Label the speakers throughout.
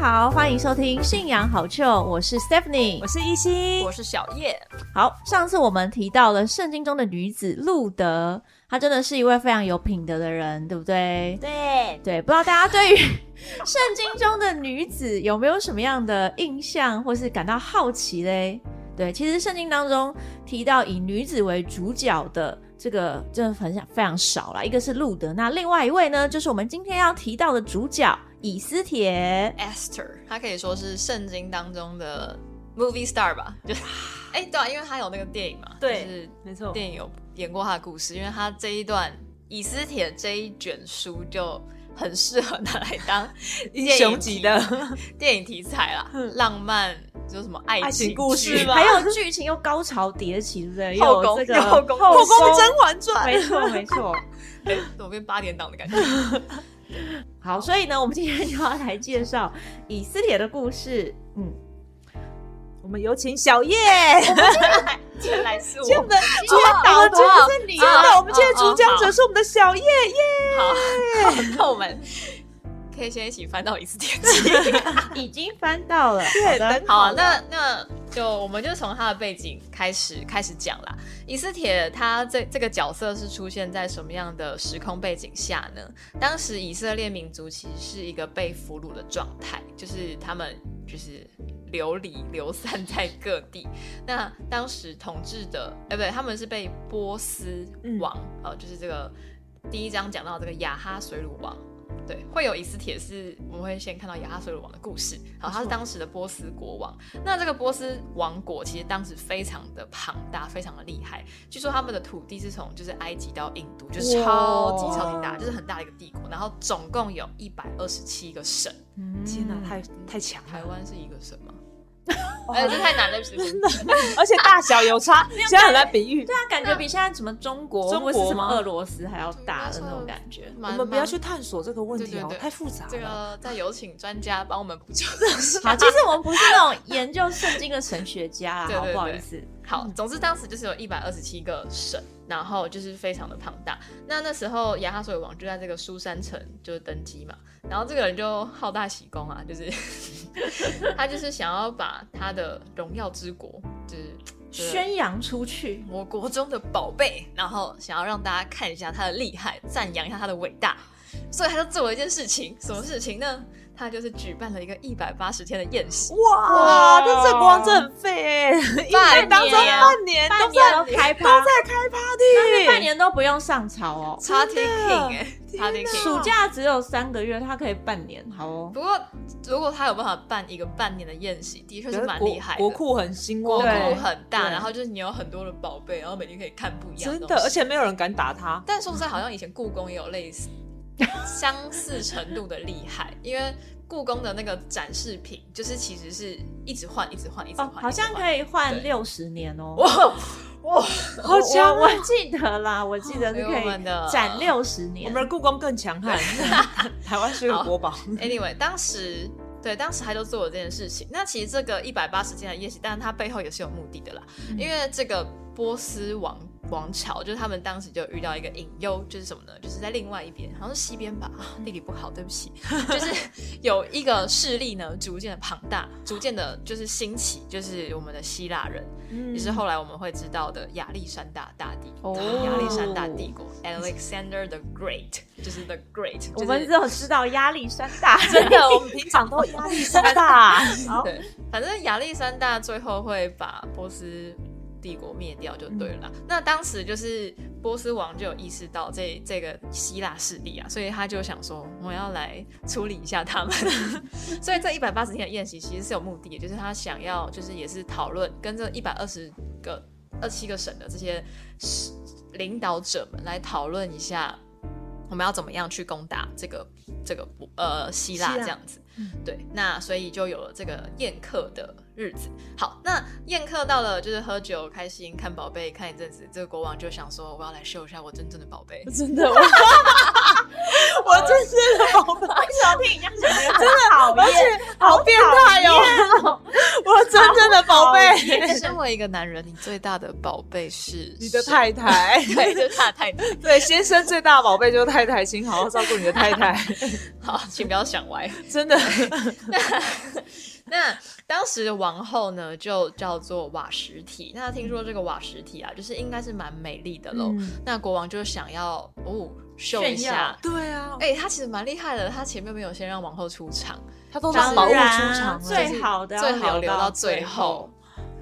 Speaker 1: 好，欢迎收听《信仰好旧》，我是 Stephanie，
Speaker 2: 我是一心，
Speaker 3: 我是小叶。
Speaker 1: 好，上次我们提到了圣经中的女子路德，她真的是一位非常有品德的人，对不对？
Speaker 3: 对，
Speaker 1: 对，不知道大家对于 圣经中的女子有没有什么样的印象，或是感到好奇嘞？对，其实圣经当中提到以女子为主角的这个真的很非常少啦，一个是路德，那另外一位呢，就是我们今天要提到的主角以斯帖。
Speaker 3: Esther，她可以说是圣经当中的 movie star 吧？就是哎、对啊，因为她有那个电影嘛，
Speaker 2: 对
Speaker 3: 就是
Speaker 2: 没错，
Speaker 3: 电影有演过她的故事，因为她这一段以斯帖这一卷书就很适合拿来当
Speaker 2: 英雄级的
Speaker 3: 电影题电影题材啦，
Speaker 2: 嗯
Speaker 3: 浪漫就什么爱
Speaker 2: 爱情
Speaker 3: 情
Speaker 2: 故
Speaker 3: 剧
Speaker 2: 事吧
Speaker 1: 还有剧情又高潮迭起，对不对？
Speaker 3: 后
Speaker 1: 有
Speaker 3: 宫
Speaker 1: 这个
Speaker 3: 后宫
Speaker 2: 后宫
Speaker 1: 真，
Speaker 2: 甄嬛传
Speaker 1: 没错没错。
Speaker 3: 哎怎么变八点档的感觉？
Speaker 1: 好，所以呢，我们今天就要来介绍以斯帖的故事。嗯，
Speaker 2: 我们有请小叶，
Speaker 3: 竟然来是我
Speaker 2: 今天的主
Speaker 3: 哦哦
Speaker 2: 导的主角是你，真的，我们今天的
Speaker 3: 哦哦
Speaker 2: 主讲者是我们的小叶耶，
Speaker 3: 好，好那我们可以先一起翻到以斯帖记。
Speaker 1: 已经翻到了。好
Speaker 2: 对，
Speaker 1: 的，
Speaker 2: 很
Speaker 3: 好啊，
Speaker 2: 了
Speaker 3: 那那就我们就从他的背景开始开始讲啦。以斯帖他这这个角色是出现在什么样的时空背景下呢？当时以色列民族其实是一个被俘虏的状态，就是他们就是流离流散在各地。 那当时统治的，哎、不对，他们是被波斯王，呃，就是这个第一章讲到这个亚哈水鲁王。对，会有以斯帖是，我们会先看到亚哈水鲁王的故事。好，他是当时的波斯国王。那这个波斯王国其实当时非常的庞大，非常的厉害。据说他们的土地是从就是埃及到印度，就是超级超级大，就是很大的一个帝国。然后总共有一百二十七个省，
Speaker 2: 天哪
Speaker 1: 嗯，
Speaker 2: 太太强
Speaker 3: 台
Speaker 2: 了，
Speaker 3: 湾是一个省吗？
Speaker 2: 哇
Speaker 3: 哎、这太难了，是不是？
Speaker 2: 而且大小有 差，现在很难比喻
Speaker 1: 对。啊，感觉比现在什么中国
Speaker 2: 中
Speaker 1: 或
Speaker 2: 国
Speaker 1: 是什么
Speaker 2: 吗
Speaker 1: 俄罗斯还要大的那种感觉。
Speaker 2: 我
Speaker 3: 蛮
Speaker 2: 们不要去探索这个问题
Speaker 3: 对
Speaker 2: 哦
Speaker 3: 对，对
Speaker 2: 太复杂
Speaker 3: 这个，
Speaker 2: 了。
Speaker 3: 再有请专家帮我们 补救。
Speaker 1: 好，其实我们不是那种研究圣经的神学家啦，
Speaker 3: 对
Speaker 1: 好
Speaker 3: 对
Speaker 1: 不好
Speaker 3: 对
Speaker 1: 意思？
Speaker 3: 好，
Speaker 2: 嗯
Speaker 3: 总之当时就是有一百二十七个省，然后就是非常的庞大。那那时候亚哈水王就在这个苏珊城就是登基嘛，然后这个人就好大喜功啊，就是 他就是想要把他的荣耀之国，就是就是
Speaker 1: 宣扬出去，
Speaker 3: 我国中的宝贝，然后想要让大家看一下他的厉害，赞扬一下他的伟大，所以他就做了一件事情，什么事情呢？他就是举办了一个一百八十天的宴席，
Speaker 2: 哇，
Speaker 1: 哇
Speaker 2: 但这国王真的很废哎，一年当中半年都
Speaker 1: 半
Speaker 2: 在
Speaker 1: 年都开趴，
Speaker 2: 在开 party，
Speaker 1: 半年都不用上朝哦。
Speaker 3: party
Speaker 2: 真的
Speaker 3: king 哎、p a r t y
Speaker 2: 天哪
Speaker 3: king，
Speaker 1: 暑假只有三个月，他可以半年，好哦。
Speaker 3: 不过，如果他有办法办一个半年的宴席，的确是蛮厉害的。
Speaker 2: 国国库很兴
Speaker 3: 国
Speaker 2: 旺，
Speaker 3: 库
Speaker 1: 对
Speaker 3: 很大，
Speaker 2: 对
Speaker 3: 然后就是你有很多的宝贝，然后每天可以看不一样
Speaker 2: 真
Speaker 3: 东
Speaker 2: 的，
Speaker 3: 西
Speaker 2: 而且没有人敢打他。
Speaker 3: 但说实在，好像以前故宫也有类似相似程度的厉害，因为故宫的那个展示品就是其实是一直换，一直换，一直
Speaker 1: 哦
Speaker 3: 换，，
Speaker 1: 好像
Speaker 3: 以。
Speaker 1: 可以换
Speaker 3: 对
Speaker 1: 六十年哦。
Speaker 3: 哇哇，
Speaker 2: 好强啊
Speaker 1: 我我我记得啦，我记得是
Speaker 3: 所
Speaker 1: 可
Speaker 3: 哦以我们
Speaker 1: 以
Speaker 3: 的呃
Speaker 1: 展六十
Speaker 2: 我
Speaker 1: 年。
Speaker 2: 们的故宫更 强悍，台湾是个国宝。
Speaker 3: Anyway，当时对，当时他就做了这件事情。那其实这个一百八十天的宴席，但是它背后也是有目的的啦，
Speaker 1: 嗯
Speaker 3: 因为这个波斯王王朝，就是他们当时就遇到一个隐忧，就是什么呢？就是在另外一边，好像是西边吧，
Speaker 1: 嗯
Speaker 3: 啊地理不好，对不起，就是有一个势力呢，逐渐的庞大，逐渐的就是兴起，就是我们的希腊人，
Speaker 2: 嗯
Speaker 3: 也是后来我们会知道的亚历山大大帝国，
Speaker 1: 哦
Speaker 3: 亚历山大帝国 Alexander the Great，就是 the Great，就是
Speaker 1: 我们只有知道压力山大，
Speaker 3: 真的，我
Speaker 2: 我们平常都压力山大，
Speaker 1: 好
Speaker 3: 对，反正亚历山大最后会把波斯帝国灭掉就对了啦。
Speaker 2: 嗯
Speaker 3: 那当时就是波斯王就有意识到这这个希腊势力啊，所以他就想说我要来处理一下他 们。所以这一百八十天的宴席其实是有目的的，就是他想要就是也是讨论跟这一百二十个二七个省的这些领导者们来讨论一下。我们要怎么样去攻打这个这个呃希腊
Speaker 2: 希腊
Speaker 3: 这样子？对，那所以就有了这个宴客的日子。好，那宴客到了，就是喝酒、开心、看宝贝，看一 阵子。这个国王就想说，我要来秀一下我真正的宝贝。
Speaker 2: 真的，我 我真是好烦，
Speaker 1: 少听人家讲 觉得真的好
Speaker 2: 而且好变
Speaker 3: 啊
Speaker 2: 态哟、我真正的宝贝，
Speaker 3: 身为一个男人，你最大的宝贝是
Speaker 2: 你的太太，
Speaker 3: 对，就是他的太太。
Speaker 2: 对先生最大的宝贝就是太太，请好好照顾你的太 太，
Speaker 3: 好，请不要想歪。
Speaker 2: 真 的。
Speaker 3: 那当时的王后呢，就叫做瓦什体。那听说这个瓦什体啊，就是应该是蛮美丽的喽。
Speaker 1: 嗯
Speaker 3: 那国王就想要哦秀
Speaker 1: 炫
Speaker 3: 一下
Speaker 1: 耀，
Speaker 2: 对啊，
Speaker 3: 哎、他其实蛮厉害的，他前面没有先让王后出场，
Speaker 2: 他都拿
Speaker 1: 当
Speaker 2: 宝物出
Speaker 1: 然
Speaker 2: 场了，
Speaker 1: 最好的要
Speaker 3: 最好留到
Speaker 1: 最
Speaker 3: 最后。。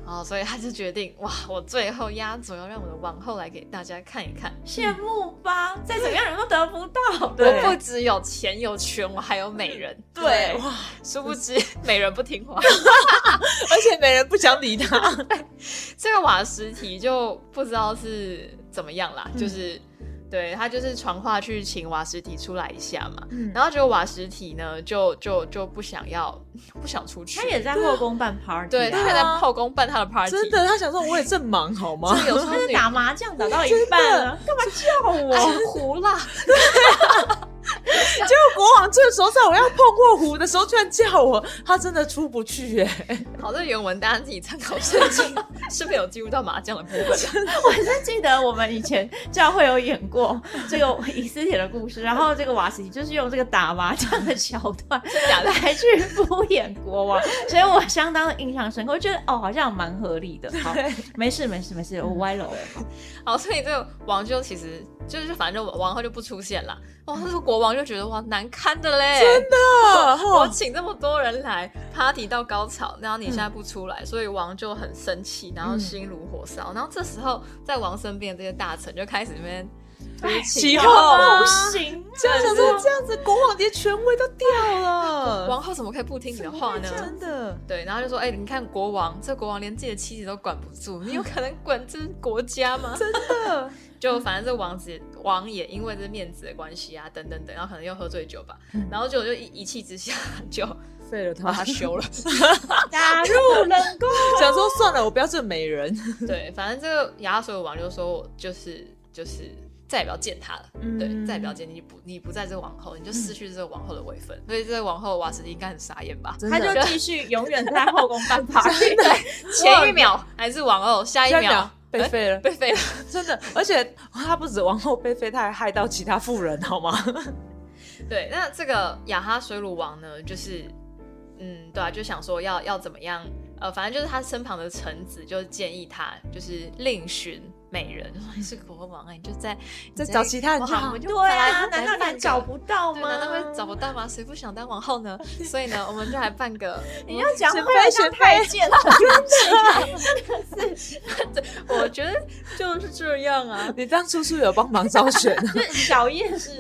Speaker 3: 哦，所以他就决定，哇，我最后压轴要让我的王后来给大家看一看。
Speaker 1: 羡慕吧，再怎么样人都得不到。
Speaker 2: 对
Speaker 3: 我不只有钱有权，我还有美人。
Speaker 2: 对，哇，
Speaker 3: 殊不知美人不听话。
Speaker 2: 而且没人不想理 他，
Speaker 3: 这个瓦什提就不知道是怎么样啦，就是对他就是传话去请瓦什提出来一下嘛，
Speaker 1: 嗯
Speaker 3: 然后结果瓦什提呢就就就不想要不想出去，
Speaker 1: 他也在后宫办 party，
Speaker 3: 对他
Speaker 1: 啊
Speaker 3: 还
Speaker 2: 对
Speaker 3: 在
Speaker 2: 啊
Speaker 3: 后宫办他的 party，
Speaker 2: 真的，他想说我也正忙好吗？
Speaker 3: 有时候
Speaker 1: 他是
Speaker 3: 女
Speaker 1: 打麻将打到一半啊了，干嘛叫我？
Speaker 3: 哎胡啦，
Speaker 2: 结果国王这时候在我要碰过湖的时候，居然叫我，他真的出不去哎、
Speaker 3: 好，这原文大家自己参考圣经是没有进入到麻将的部分，
Speaker 1: 哎我是记得我们以前教会有演过这个以斯帖的故事，然后这个瓦西就是用这个打麻将的桥段
Speaker 3: 真假的？
Speaker 1: 来去敷衍国王，所以我相当的印象深刻，我觉得哦好像蛮合理的。好，没事没事没事，我歪了。
Speaker 3: 好，所以这个王就其实就是反正王后就不出现啦，哇，这个国王就觉得哇难堪的嘞，
Speaker 2: 啊
Speaker 3: 我
Speaker 2: 哦
Speaker 3: 请这么多人来 party 到高潮，然后你现在不出来，所以王就很生气，然后心如火烧。然后这时候在王身边的这些大臣就开始那边推
Speaker 2: 起
Speaker 3: 起
Speaker 2: 哄
Speaker 1: 不行，
Speaker 2: 这样想说这样子，国王连权威都掉了，
Speaker 3: 王后怎么可以不听你的话呢？
Speaker 2: 真的。
Speaker 3: 对，然后就说：“哎、你看国王，这国王连自己的妻子都管不住，你有可能管这国家吗？”真的，就反正这王子王也因为这面子的关系啊，等等等，然后可能又喝醉酒吧，
Speaker 2: 嗯
Speaker 3: 然后就就一一气之下就
Speaker 2: 废了
Speaker 3: 把他，
Speaker 2: 他
Speaker 3: 休了。
Speaker 1: 打入冷宫。
Speaker 2: 想说算了，我不要这美人。
Speaker 3: 对，反正这个亚索尔王就说，我就是就是再也不要见他了，
Speaker 2: 嗯
Speaker 3: 对，再也不要见你，你不你不在这个王后，你就失去这个王后的位分，所以这个王后瓦斯蒂应该很傻眼吧？
Speaker 2: 真
Speaker 1: 他
Speaker 2: 的
Speaker 1: 就继续永远在后宫办 party，
Speaker 3: 前一秒还是王后，下一
Speaker 2: 下一
Speaker 3: 秒
Speaker 2: 秒哎被废了，
Speaker 3: 被废了，
Speaker 2: 真的。而且哦他不止王后被废，他还害到其他妇人，好吗？
Speaker 3: 对，那这个雅哈水乳王呢，就是，嗯，对啊，就想说要要怎么样，呃，反正就是他身旁的臣子就建议他，就是另寻美人， 说你是国王哎、你就在
Speaker 2: 再找其他人就好
Speaker 3: 好，我就
Speaker 1: 对
Speaker 3: 来
Speaker 1: 啊，
Speaker 3: 来
Speaker 1: 难道你
Speaker 3: 办
Speaker 1: 还
Speaker 3: 个
Speaker 1: 找不到
Speaker 3: 对，啊
Speaker 1: 吗？
Speaker 3: 难道会找不到吗？谁不想当王后呢？ 所以呢，我们就来办个，
Speaker 1: 你要讲
Speaker 2: 选
Speaker 1: 会
Speaker 2: 妃
Speaker 1: 像
Speaker 2: 选妃
Speaker 1: 太监了，
Speaker 3: 啊我觉得就是这样啊，
Speaker 2: 你当初是不是有帮忙招选啊？
Speaker 1: 就是小夜是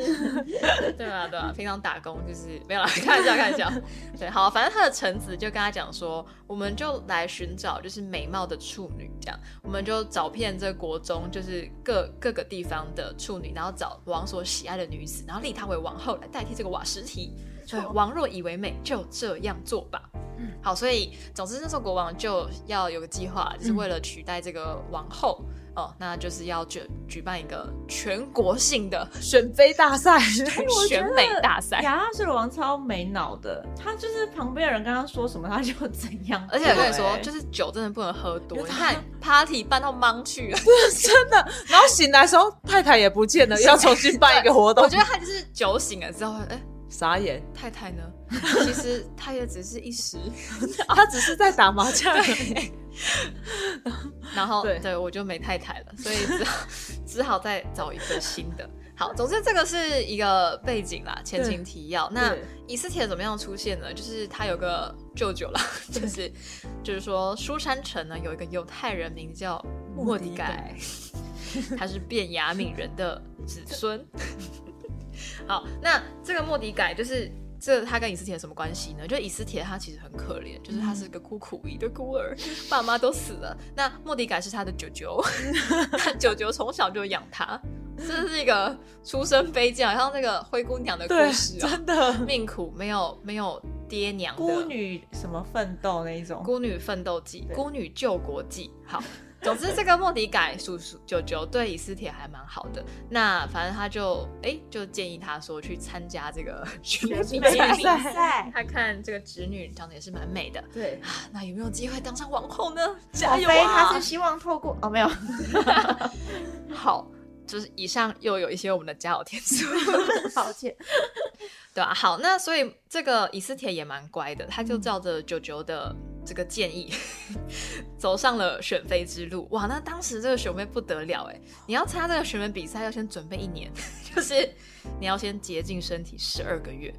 Speaker 3: 对啊，对啊， 平常打工就是没有啦， 开玩笑，开玩笑。对，好，反正他的臣子就跟他讲说，我们就来寻找就是美貌的处女，这样，我们就找遍这国中就是各各个地方的处女，然后找王所喜爱的女子，然后立她为王后来代替这个瓦什提。所以王若以为美，就这样做吧。嗯，好，所以总之那时候国王就要有个计划，就是为了取代这个王后。哦，那就是要举举办一个全国性的
Speaker 2: 选妃大赛，
Speaker 1: 我觉
Speaker 3: 选
Speaker 1: 得
Speaker 3: 美大赛，
Speaker 1: 雅拉水王超没脑的，他就是旁边的人跟他说什么他就怎样，
Speaker 3: 而且我跟你说，
Speaker 1: 对
Speaker 3: 就是酒真的不能喝多。
Speaker 2: 因
Speaker 3: 你
Speaker 2: 为它
Speaker 3: 看 party 办到懵去了，
Speaker 2: 真的。然后醒来的时候，太太也不见了，要重新办一个活动
Speaker 3: 我，觉得他就是酒醒了之后，哎、
Speaker 2: 傻眼。
Speaker 3: 太太呢？其实他也只是一时。
Speaker 2: 他只是在打麻 将而已，
Speaker 3: 然后
Speaker 2: 对
Speaker 3: 我就没太太了，所以只好只好再找一个新的。好，总之这个是一个背景啦，前情提要。那
Speaker 2: 对
Speaker 3: 以斯帖怎么样出现呢？就是他有个舅舅啦，就是就是说苏珊城呢有一个犹太人名叫莫迪盖，他是便雅悯人的 子孙。好，那这个莫迪改就是这他跟以斯帖有什么关系呢？就以斯帖他其实很可怜，就是他是个孤苦一的孤儿，爸妈都死了。那莫迪改是他的舅 舅，他舅舅从小就养他，这是一个出身卑贱，好像那个灰姑娘的故
Speaker 2: 对，
Speaker 3: 事啊、
Speaker 2: 真的。
Speaker 3: 命苦没有没有爹娘的
Speaker 1: 孤女什么奋斗那一种，
Speaker 3: 孤女奋斗记》《
Speaker 1: 对
Speaker 3: 孤女救国记》。 好，总之这个莫迪改叔叔舅舅对以斯帖还蛮好的。那反正他就哎、就建议他说去参加 这个选美比
Speaker 1: 比
Speaker 3: 赛。
Speaker 1: 赛，
Speaker 3: 他看这个侄女长得也是蛮美的，
Speaker 1: 对，
Speaker 3: 那有没有机会当上王后呢？
Speaker 1: 莫
Speaker 3: 加油
Speaker 1: 非他
Speaker 3: 啊
Speaker 1: 是！希望透过哦没有，
Speaker 3: 好，就是以上又有一些我们的加油添醋。
Speaker 1: 抱歉，
Speaker 3: 对啊，好，那所以这个以斯帖也蛮乖的，他就照着九九的这个建议，走上了选妃之路。哇，那当时这个选妃不得了哎！你要参加这个选妃比赛，要先准备一年， 就是你要先洁净身体十二个月，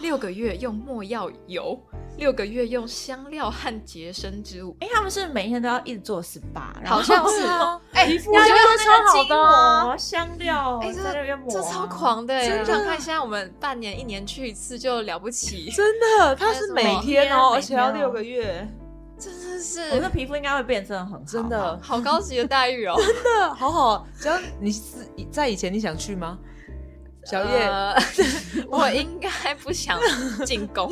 Speaker 3: 六个月用墨药油，六个月用香料和洁身之物。
Speaker 1: 哎，他们是每天都要一直做 SPA，然后
Speaker 3: 好像是
Speaker 2: 对啊，
Speaker 3: 哎、
Speaker 2: 皮肤
Speaker 3: 我觉得
Speaker 2: 要用
Speaker 3: 那个
Speaker 2: 超好
Speaker 3: 筋
Speaker 2: 的
Speaker 3: 膜
Speaker 2: 啊
Speaker 1: 抹香料
Speaker 3: 哎、这
Speaker 1: 在那边抹，啊
Speaker 3: 这超，狂的、欸，
Speaker 2: 真的
Speaker 3: 你看现在我们半年、一年去一次就了不起，
Speaker 2: 真的，它
Speaker 3: 还有
Speaker 2: 是
Speaker 3: 什
Speaker 2: 每
Speaker 3: 么
Speaker 2: 天
Speaker 1: 每天
Speaker 2: 哦，
Speaker 1: 每
Speaker 2: 而且要
Speaker 1: 天哦
Speaker 2: 六个月，
Speaker 3: 真的
Speaker 2: 哦
Speaker 1: 我的
Speaker 3: 是
Speaker 1: 皮肤应该会变真的很好
Speaker 2: 真的，
Speaker 3: 好高级的待遇哦。
Speaker 2: 真的好好。只要你是在以前，你想去吗？小叶，
Speaker 3: 呃 我应该不想进 宫。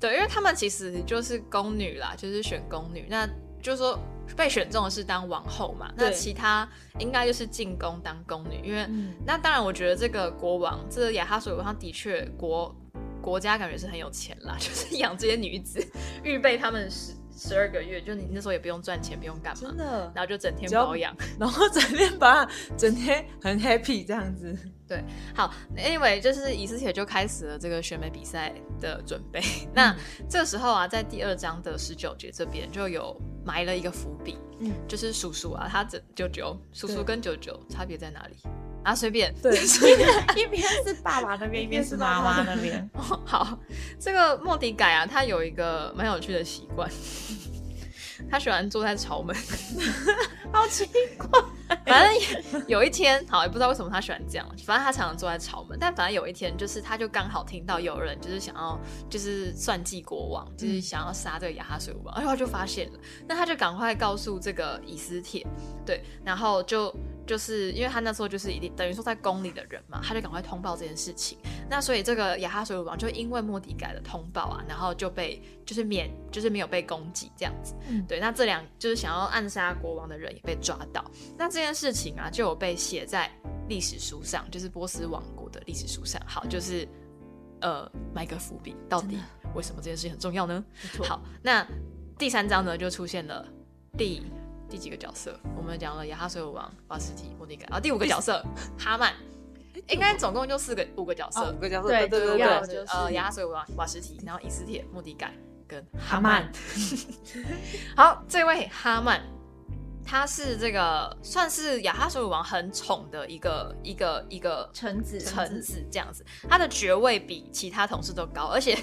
Speaker 3: 对，因为他们其实就是宫女啦，就是选宫女，那就是说被选中的是当王后嘛，那
Speaker 2: 对
Speaker 3: 其他应该就是进宫当宫女，因为、
Speaker 1: 嗯
Speaker 3: 那当然，我觉得这个国王，这个雅哈水国王的确国国家感觉是很有钱啦， 就是养这些女子，预备她们十十二个月，就你那时候也不用赚钱，不用干嘛
Speaker 2: 真。的，
Speaker 3: 然后就整天
Speaker 2: 只要
Speaker 3: 保养，
Speaker 2: 然后整天把整天很 happy 这样子，
Speaker 3: 好，anyway，就是以斯帖就开始了这个选美比赛的准备。
Speaker 2: 嗯
Speaker 3: 那、这时候啊，在第二章的十九节这边就有埋了一个伏笔，
Speaker 1: 嗯
Speaker 3: 就是叔叔啊，他整九九，叔叔
Speaker 2: 对
Speaker 3: 跟九九差别在哪里？啊，随便，
Speaker 2: 对，
Speaker 1: 一边是爸爸那边，一边是妈妈那边，
Speaker 3: 好，这个莫迪改啊，他有一个蛮有趣的习惯， 他喜欢坐在朝门。
Speaker 1: 好奇
Speaker 3: 反正有一天，好也不知道为什么他喜欢这样，反正他常常坐在朝门。但反正有一天，就是他就刚好听到有人就是想要就是算计国王，就是想要杀这个雅哈水国王，然后他就发现了，那他就赶快告诉这个以斯帖，对，然后就。就是因为他那时候就是一定等于说在宫里的人嘛，他就赶快通报这件事情。那所以这个雅哈水鲁王就因为莫迪改的通报啊，然后就被就是免就是没有被攻击这样子。
Speaker 1: 嗯
Speaker 3: 对，那这两就是想要暗杀国王的人也被抓到。那这件事情啊，就有被写在历史书上，就是波斯王国的历史书上。好，就是呃埋个伏笔，到底为什么这件事情很重要呢？ 好，那第三章呢就出现了第第几个角色？我们讲了亚哈水鲁王、巴斯提、莫迪改，啊，第五个角色哈曼，应该总共就四个五个角色
Speaker 2: 啊，。五个角色，
Speaker 1: 对
Speaker 2: 对对
Speaker 1: 主
Speaker 2: 对
Speaker 1: 要
Speaker 3: 就
Speaker 2: 对，
Speaker 3: 是
Speaker 1: 就是
Speaker 3: 呃，亚哈水鲁王、瓦什提，然后以斯帖、莫迪改跟哈
Speaker 1: 哈
Speaker 3: 曼
Speaker 1: 曼。
Speaker 3: 好，这位哈曼，他是这个算是亚哈水鲁王很宠的一个一个一个
Speaker 1: 橙子，
Speaker 3: 臣子这样子，他的爵位比其他同事都高，而且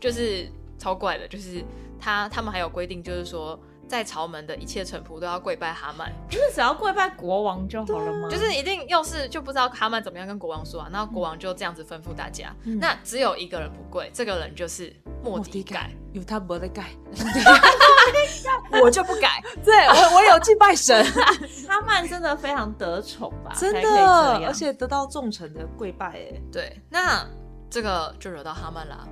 Speaker 3: 就是超怪的，就是他他们还有规定，就是说在朝门的一切臣仆都要跪拜哈曼，
Speaker 1: 就是只要跪拜国王就好了吗？
Speaker 3: 就是一定要是就不知道哈曼怎么样跟国王说啊，然后国王就这样子吩咐大家，
Speaker 1: 嗯
Speaker 3: 那只有一个人不跪，这个人就是莫迪改，
Speaker 2: 有他不在盖，
Speaker 3: 我就不改，
Speaker 2: 对我我有敬拜 神，
Speaker 1: 哈曼真的非常得宠吧，
Speaker 2: 真
Speaker 1: 才可以这
Speaker 2: 的，
Speaker 1: 样
Speaker 2: 而且得到众臣的跪拜，哎，
Speaker 3: 对，那这个就惹到哈曼啦。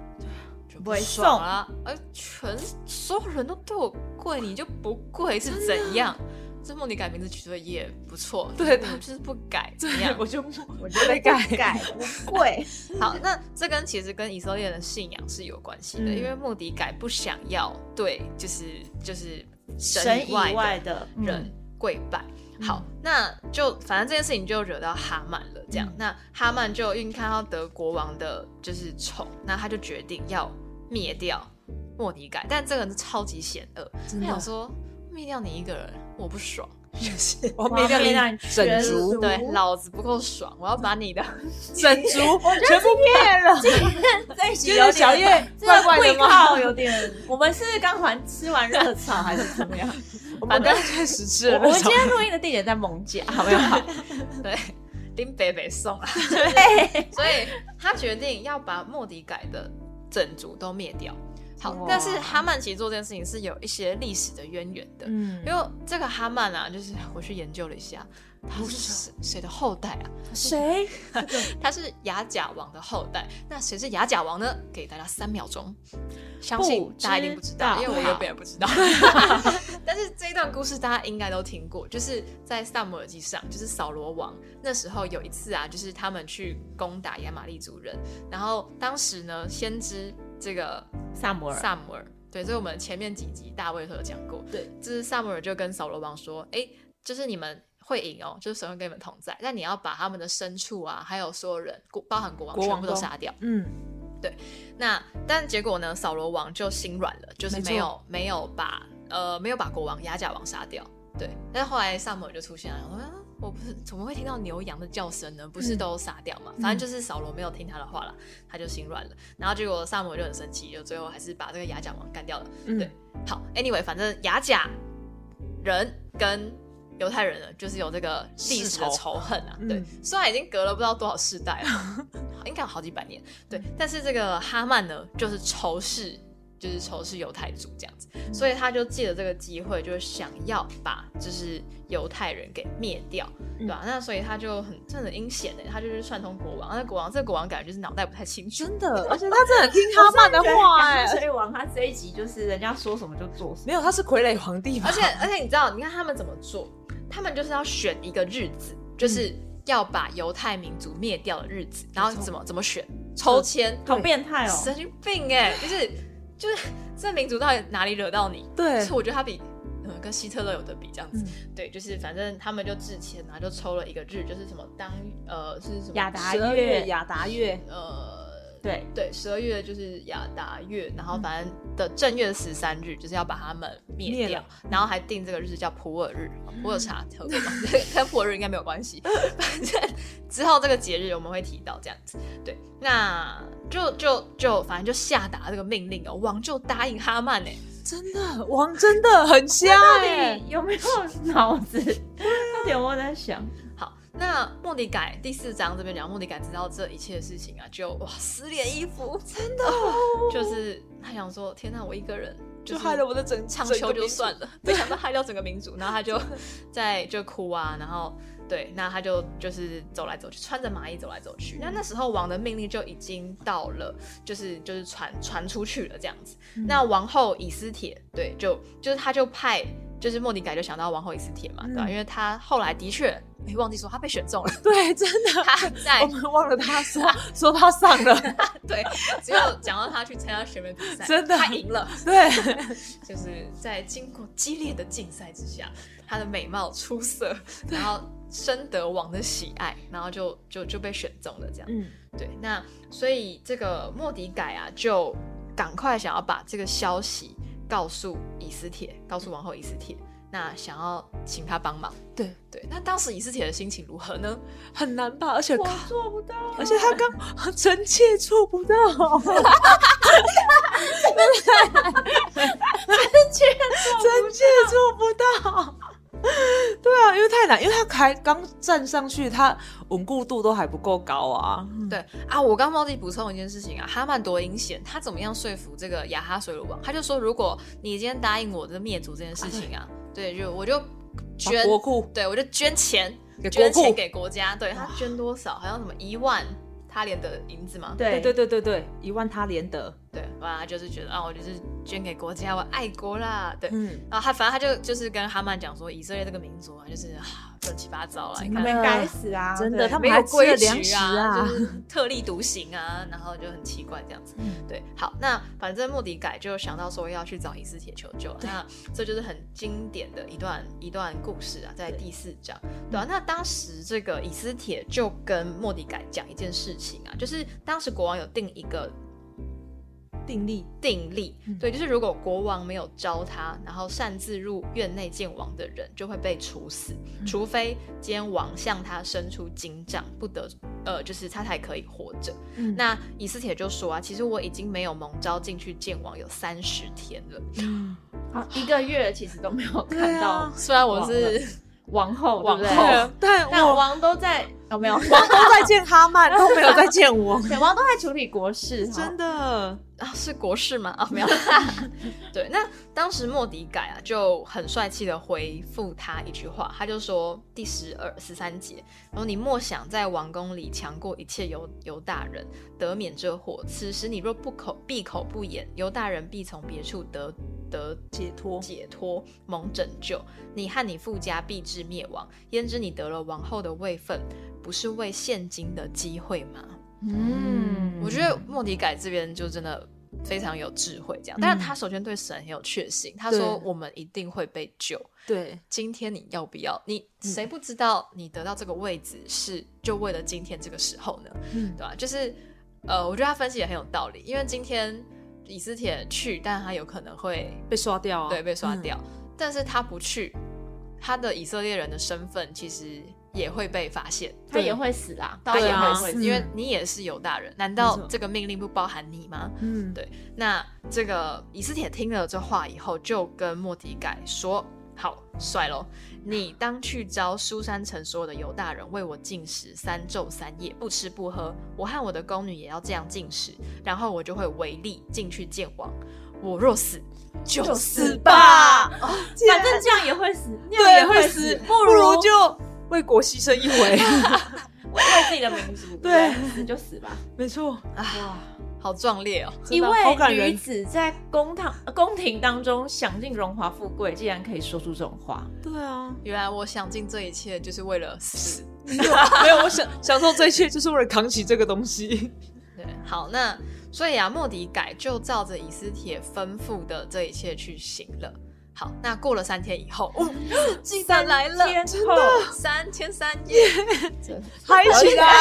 Speaker 3: 就
Speaker 1: 不会
Speaker 3: 爽啦！而全所有人都对我跪，你就不跪是怎样？这莫迪改名字取得也不 错，
Speaker 2: 对
Speaker 3: 我就是不改怎
Speaker 2: 对
Speaker 3: 样，
Speaker 2: 我？就
Speaker 1: 我
Speaker 2: 我
Speaker 1: 觉
Speaker 2: 就
Speaker 1: 得
Speaker 2: 在
Speaker 1: 不
Speaker 2: 盖，
Speaker 1: 改不跪，
Speaker 3: 好，那这跟其实跟以色列的信仰是有关系的，
Speaker 1: 嗯
Speaker 3: 因为莫迪改不想要对就是就是
Speaker 1: 神
Speaker 3: 神
Speaker 1: 以
Speaker 3: 以外
Speaker 1: 外
Speaker 3: 的
Speaker 1: 的
Speaker 3: 人
Speaker 1: 嗯
Speaker 3: 跪拜。
Speaker 1: 嗯
Speaker 3: 好，那就反正这件事情就惹到哈曼了。这样，
Speaker 1: 嗯
Speaker 3: 那哈曼就因为看到德国王的就是宠，那他就决定要灭掉莫迪改。但这个人超级险恶，
Speaker 2: 真
Speaker 3: 他
Speaker 2: 的啊
Speaker 3: 想 说灭掉你一个人，我不爽。
Speaker 2: 我
Speaker 1: 我要
Speaker 2: 灭掉
Speaker 1: 灭
Speaker 2: 你
Speaker 1: 掉你
Speaker 2: 整族
Speaker 1: 族
Speaker 3: 对，老子不够爽，我要把你的
Speaker 2: 整族全部灭 了，
Speaker 1: 这一集
Speaker 2: 就是小叶
Speaker 1: 这
Speaker 2: 怪怪
Speaker 1: 会
Speaker 2: 的
Speaker 1: 靠
Speaker 2: 吗？
Speaker 1: 有点，我们是刚还吃完热炒还是怎么样？
Speaker 2: 我
Speaker 3: 反
Speaker 2: 们
Speaker 3: 正
Speaker 2: 刚开始吃
Speaker 1: 我
Speaker 2: 了
Speaker 1: 我们
Speaker 2: 那
Speaker 1: 今
Speaker 2: 种，
Speaker 1: 天录音的地点在蒙甲，好不好？
Speaker 3: 对，林北北送啊了， 所以他决定要把莫迪改的整族都灭掉。好
Speaker 1: 哇，
Speaker 3: 但是哈曼其实做这件事情是有一些历史的渊源的，
Speaker 1: 嗯
Speaker 3: 因为这个哈曼啊，就是我去研究了一下，他是谁谁的后代啊？
Speaker 1: 谁？
Speaker 3: 他是雅甲王的后代。那谁是雅甲王呢？给大家三秒钟，相信大家一定不知道，
Speaker 1: 不知道
Speaker 3: 因为我原本也不知 道。但是这一段故事大家应该都听过，就是在萨姆耳记上，就是扫罗王那时候有一次啊，就是他们去攻打亚玛利族人，然后当时呢，先知这个
Speaker 1: 萨摩尔。
Speaker 3: 萨姆尔，对，这是我们前面几集大卫都有讲过。
Speaker 2: 对，
Speaker 3: 就是萨姆尔就跟扫罗王说：“哎，就是你们会赢哦，就是神会跟你们同在，但你要把他们的牲畜啊，还有所有人，国包含国王，
Speaker 2: 国王
Speaker 3: 全部都
Speaker 2: 都
Speaker 3: 杀掉。
Speaker 1: 嗯，”
Speaker 3: 那但结果呢，扫罗王就心软了，就是
Speaker 2: 没错
Speaker 3: 没有没有把呃没有把国王亚甲王杀掉。对，但是后来萨姆尔就出现了，我说。啊我不是怎么会听到牛羊的叫声呢？不
Speaker 1: 嗯
Speaker 3: 是都杀掉嘛？
Speaker 1: 嗯
Speaker 3: 反正就是扫罗没有听他的话了，他就心软了。然后结果萨姆尔就很生气，就最后还是把这个亚甲王干掉了。
Speaker 1: 嗯
Speaker 3: 对，好，anyway，反正雅甲人跟犹太人呢，就是有这个历史的
Speaker 2: 世仇
Speaker 3: 仇恨啊。
Speaker 1: 嗯
Speaker 3: 对，虽然已经隔了不知道多少世代了，应该有好几百年。对，但是这个哈曼呢，就是仇视，就是仇视犹太族这样子，所以他就借着这个机会，就是想要把就是犹太人给灭掉，
Speaker 2: 嗯
Speaker 3: 对吧、那所以他就很真的很阴险的，他就是串通国王。那国王这个国王感觉就是脑袋不太清楚，
Speaker 2: 真的，而且他真的很听哈曼的话 哎、
Speaker 1: 所以王他这一集就是人家说什么就做什么。
Speaker 2: 没有，他是傀儡皇帝嘛，
Speaker 3: 而且而且你知道，你看他们怎么做？他们就是要选一个日子，就是
Speaker 1: 嗯
Speaker 3: 要把犹太民族灭掉的日子，然后怎么怎么选？抽签，
Speaker 1: 好变态哦！
Speaker 3: 神经病哎、就是就是这民族到底哪里惹到你？
Speaker 2: 对
Speaker 3: 所以我觉得他比嗯跟希特勒有的比这样子。
Speaker 1: 嗯
Speaker 3: 对，就是反正他们就制签，然后就抽了一个日，就是什么当呃是什么
Speaker 1: 雅达
Speaker 2: 十二月
Speaker 1: 月，
Speaker 2: 雅达月，
Speaker 3: 呃
Speaker 1: 对，
Speaker 3: 对，十二月就是雅达月，然
Speaker 2: 嗯
Speaker 3: 后反正的正月十三日就是要把他们灭
Speaker 2: 灭
Speaker 3: 掉
Speaker 2: 了，嗯
Speaker 3: 然后还定这个日叫普洱日，哦普洱茶喝过吗？ 跟普洱日应该没有关系， 反正之后这个节日我们会提到这样子。对，那就就就反正就下达这个命令哦，王就答应哈曼呢、欸
Speaker 2: 真的王真的很瞎
Speaker 1: 到
Speaker 2: 哎、
Speaker 1: 底有没有脑子？
Speaker 2: 啊
Speaker 1: 到底有没有在想？
Speaker 3: 好，那莫迪改第四章这边讲，莫迪改知道这一切的事情啊，就哇撕裂衣服，真的、 就是他想说，天哪，我一个人。
Speaker 2: 哦就是害了我的整
Speaker 3: 唱
Speaker 2: 整
Speaker 3: 秋
Speaker 2: 个
Speaker 3: 就
Speaker 2: 民族
Speaker 3: 算 了，没想到害掉整个民族，然后他就在就哭啊，然后对，那他就就是走来走去，穿着麻衣走来走去。
Speaker 2: 嗯
Speaker 3: 那那时候王的命令就已经到了，就是就是传传出去了这样子。
Speaker 1: 嗯
Speaker 3: 那王后以斯帖，对，就就是他就派。就是莫迪改就想到王后以斯帖嘛，对吧、
Speaker 1: 嗯
Speaker 3: 因为他后来的确，哎、忘记说他被选中了，
Speaker 2: 对，真 的，
Speaker 3: 他在
Speaker 2: 我们忘了他说 说他上了，
Speaker 3: 对，只有讲到他去参加选美比赛，
Speaker 2: 真的啊
Speaker 3: 他赢了，
Speaker 2: 对，
Speaker 3: 就是在经过激烈的竞赛之下，她的美貌出色，然后深得王的喜爱，然后就就就被选中了这样。
Speaker 1: 嗯，
Speaker 3: 对，那所以这个莫迪改啊，就赶快想要把这个消息告诉以斯帖，告诉王后以斯帖，那想要请她帮忙。
Speaker 2: 对
Speaker 3: 对，那当时以斯帖的心情如何呢？
Speaker 2: 很难吧？而且
Speaker 1: 我做不到，
Speaker 2: 而且他刚臣妾做不到，臣妾做不到。对啊，因为太难，因为他还刚站上去，他稳固度都还不够高啊。
Speaker 3: 对啊，我刚忘记补充一件事情啊，哈曼多阴险，他怎么样说服这个雅哈水鲁王？他就说，如果你今天答应我的灭族这件事情 啊，对，就我就捐
Speaker 2: 把，国库
Speaker 3: 对我就捐钱，
Speaker 2: 给国
Speaker 3: 捐钱
Speaker 2: 库，
Speaker 3: 给国家，对他捐多少？好像什么一万他连的银子吗？
Speaker 1: 对
Speaker 2: 对对对对，一万他连得，
Speaker 3: 对，哇，他就是觉得啊，我就是捐给国家，我爱国啦，对。
Speaker 2: 嗯，
Speaker 3: 然后他反正他就就是跟哈曼讲说，以色列这个民族啊，就是啊乱七八糟了，你
Speaker 1: 他
Speaker 3: 看
Speaker 1: 们该死啊！
Speaker 2: 真的
Speaker 1: 对
Speaker 2: 他们
Speaker 3: 没有
Speaker 2: 还吃了
Speaker 3: 规矩
Speaker 2: 粮食啊
Speaker 3: 就是 特立独行啊，然后就很奇怪这样子。
Speaker 1: 嗯
Speaker 3: 对，好，那反正莫迪改就想到说要去找以斯帖求救啊，那这就是很经典的一段一段故事啊，在第四章，
Speaker 2: 嗯
Speaker 3: 对啊，那当时这个以斯帖就跟莫迪改讲一件事情啊，就是当时国王有定一个
Speaker 2: 定力
Speaker 3: 定例
Speaker 1: 嗯，
Speaker 3: 对，就是如果国王没有招他，然后擅自入院内见王的人，就会被处死，
Speaker 1: 嗯
Speaker 3: 除非今天王向他伸出金杖，不得呃，就是他才可以活着。
Speaker 1: 嗯
Speaker 3: 那以斯帖就说啊，其实我已经没有蒙召进去见王有三十天了，
Speaker 1: 好一个月其实都没有看到
Speaker 2: 啊
Speaker 3: 虽然我
Speaker 1: 忘
Speaker 3: 是
Speaker 1: 王后，对不
Speaker 3: 王后
Speaker 1: 对？
Speaker 2: 但
Speaker 1: 但
Speaker 2: 我
Speaker 1: 王都在
Speaker 2: 哦
Speaker 1: 有没有？，
Speaker 2: 王都在见哈曼，都没有在见我
Speaker 1: 对，王都在处理国事，
Speaker 2: 真
Speaker 1: 的
Speaker 2: 的。
Speaker 3: 啊，是国事吗？啊，没 有。 对，那当时莫迪改啊就很帅气的回复他一句话，他就说第十二十三节，然后你莫想在王宫里强过一切犹犹大人，得免这祸。此时你若不口闭口不言，犹大人必从别处得得
Speaker 2: 解脱
Speaker 3: 解脱，蒙拯救。你和你父家必至灭亡。焉知你得了王后的位分，不是为现今的机会吗？
Speaker 1: 嗯，
Speaker 3: 我觉得莫迪改这边就真的非常有智慧，这样。但是他首先对神很有确信，他说
Speaker 2: 对
Speaker 3: 我们一定会被救。
Speaker 2: 对，
Speaker 3: 今天你要不要？你谁不知道你得到这个位置是就为了今天这个时候呢？
Speaker 2: 嗯
Speaker 3: 对吧、啊就是呃，我觉得他分析也很有道理，因为今天以斯帖去，但他有可能会
Speaker 2: 被刷掉
Speaker 1: 哦
Speaker 2: 啊，
Speaker 3: 对被刷
Speaker 2: 嗯。
Speaker 3: 掉，但是他不去，他的以色列人的身份其实也会被发现。
Speaker 1: 他也会死啦，
Speaker 3: 他
Speaker 1: 对
Speaker 3: 也
Speaker 1: 啊
Speaker 3: 会死，
Speaker 2: 嗯
Speaker 3: 因为你也是犹大人，难
Speaker 2: 没
Speaker 3: 道
Speaker 2: 错
Speaker 3: 这个命令不包含你吗？
Speaker 2: 嗯，
Speaker 3: 对那这个以斯帖听了这话以后，就跟莫迪改说：“好，帅喽，你当去招苏珊城所有的犹大人为我禁食三昼三夜，不吃不喝。我和我的宫女也要这样禁食，然后我就会违例进去见王。我若死，就
Speaker 1: 就
Speaker 3: 死
Speaker 1: 死
Speaker 3: 吧。
Speaker 1: 吧，反正这样也会死，那样
Speaker 2: 哦对
Speaker 1: 也
Speaker 2: 会
Speaker 1: 死
Speaker 2: 死，，
Speaker 1: 不
Speaker 2: 不
Speaker 1: 如
Speaker 2: 如就为国牺牲一回。
Speaker 1: 为自己的民族，
Speaker 2: 对
Speaker 1: 死就死吧。
Speaker 2: 没错，
Speaker 1: 哇，
Speaker 3: 好壮烈哦！
Speaker 1: 一
Speaker 2: 真的好感
Speaker 1: 位女
Speaker 2: 人，
Speaker 1: 子在公堂呃宫廷当中享尽荣华富贵，竟然可以说出这种话，
Speaker 2: 对啊，
Speaker 3: 原来我想尽这一切就是为了死。”
Speaker 2: 没有，我享享受这一切就是为了扛起这个东西。
Speaker 3: 对，好，那所以啊，莫迪改就照着以斯帖吩咐的这一切去行了。好，那过了三天以后，哦，记得来了，
Speaker 1: 天后
Speaker 3: 三天三夜
Speaker 2: 嗨起来，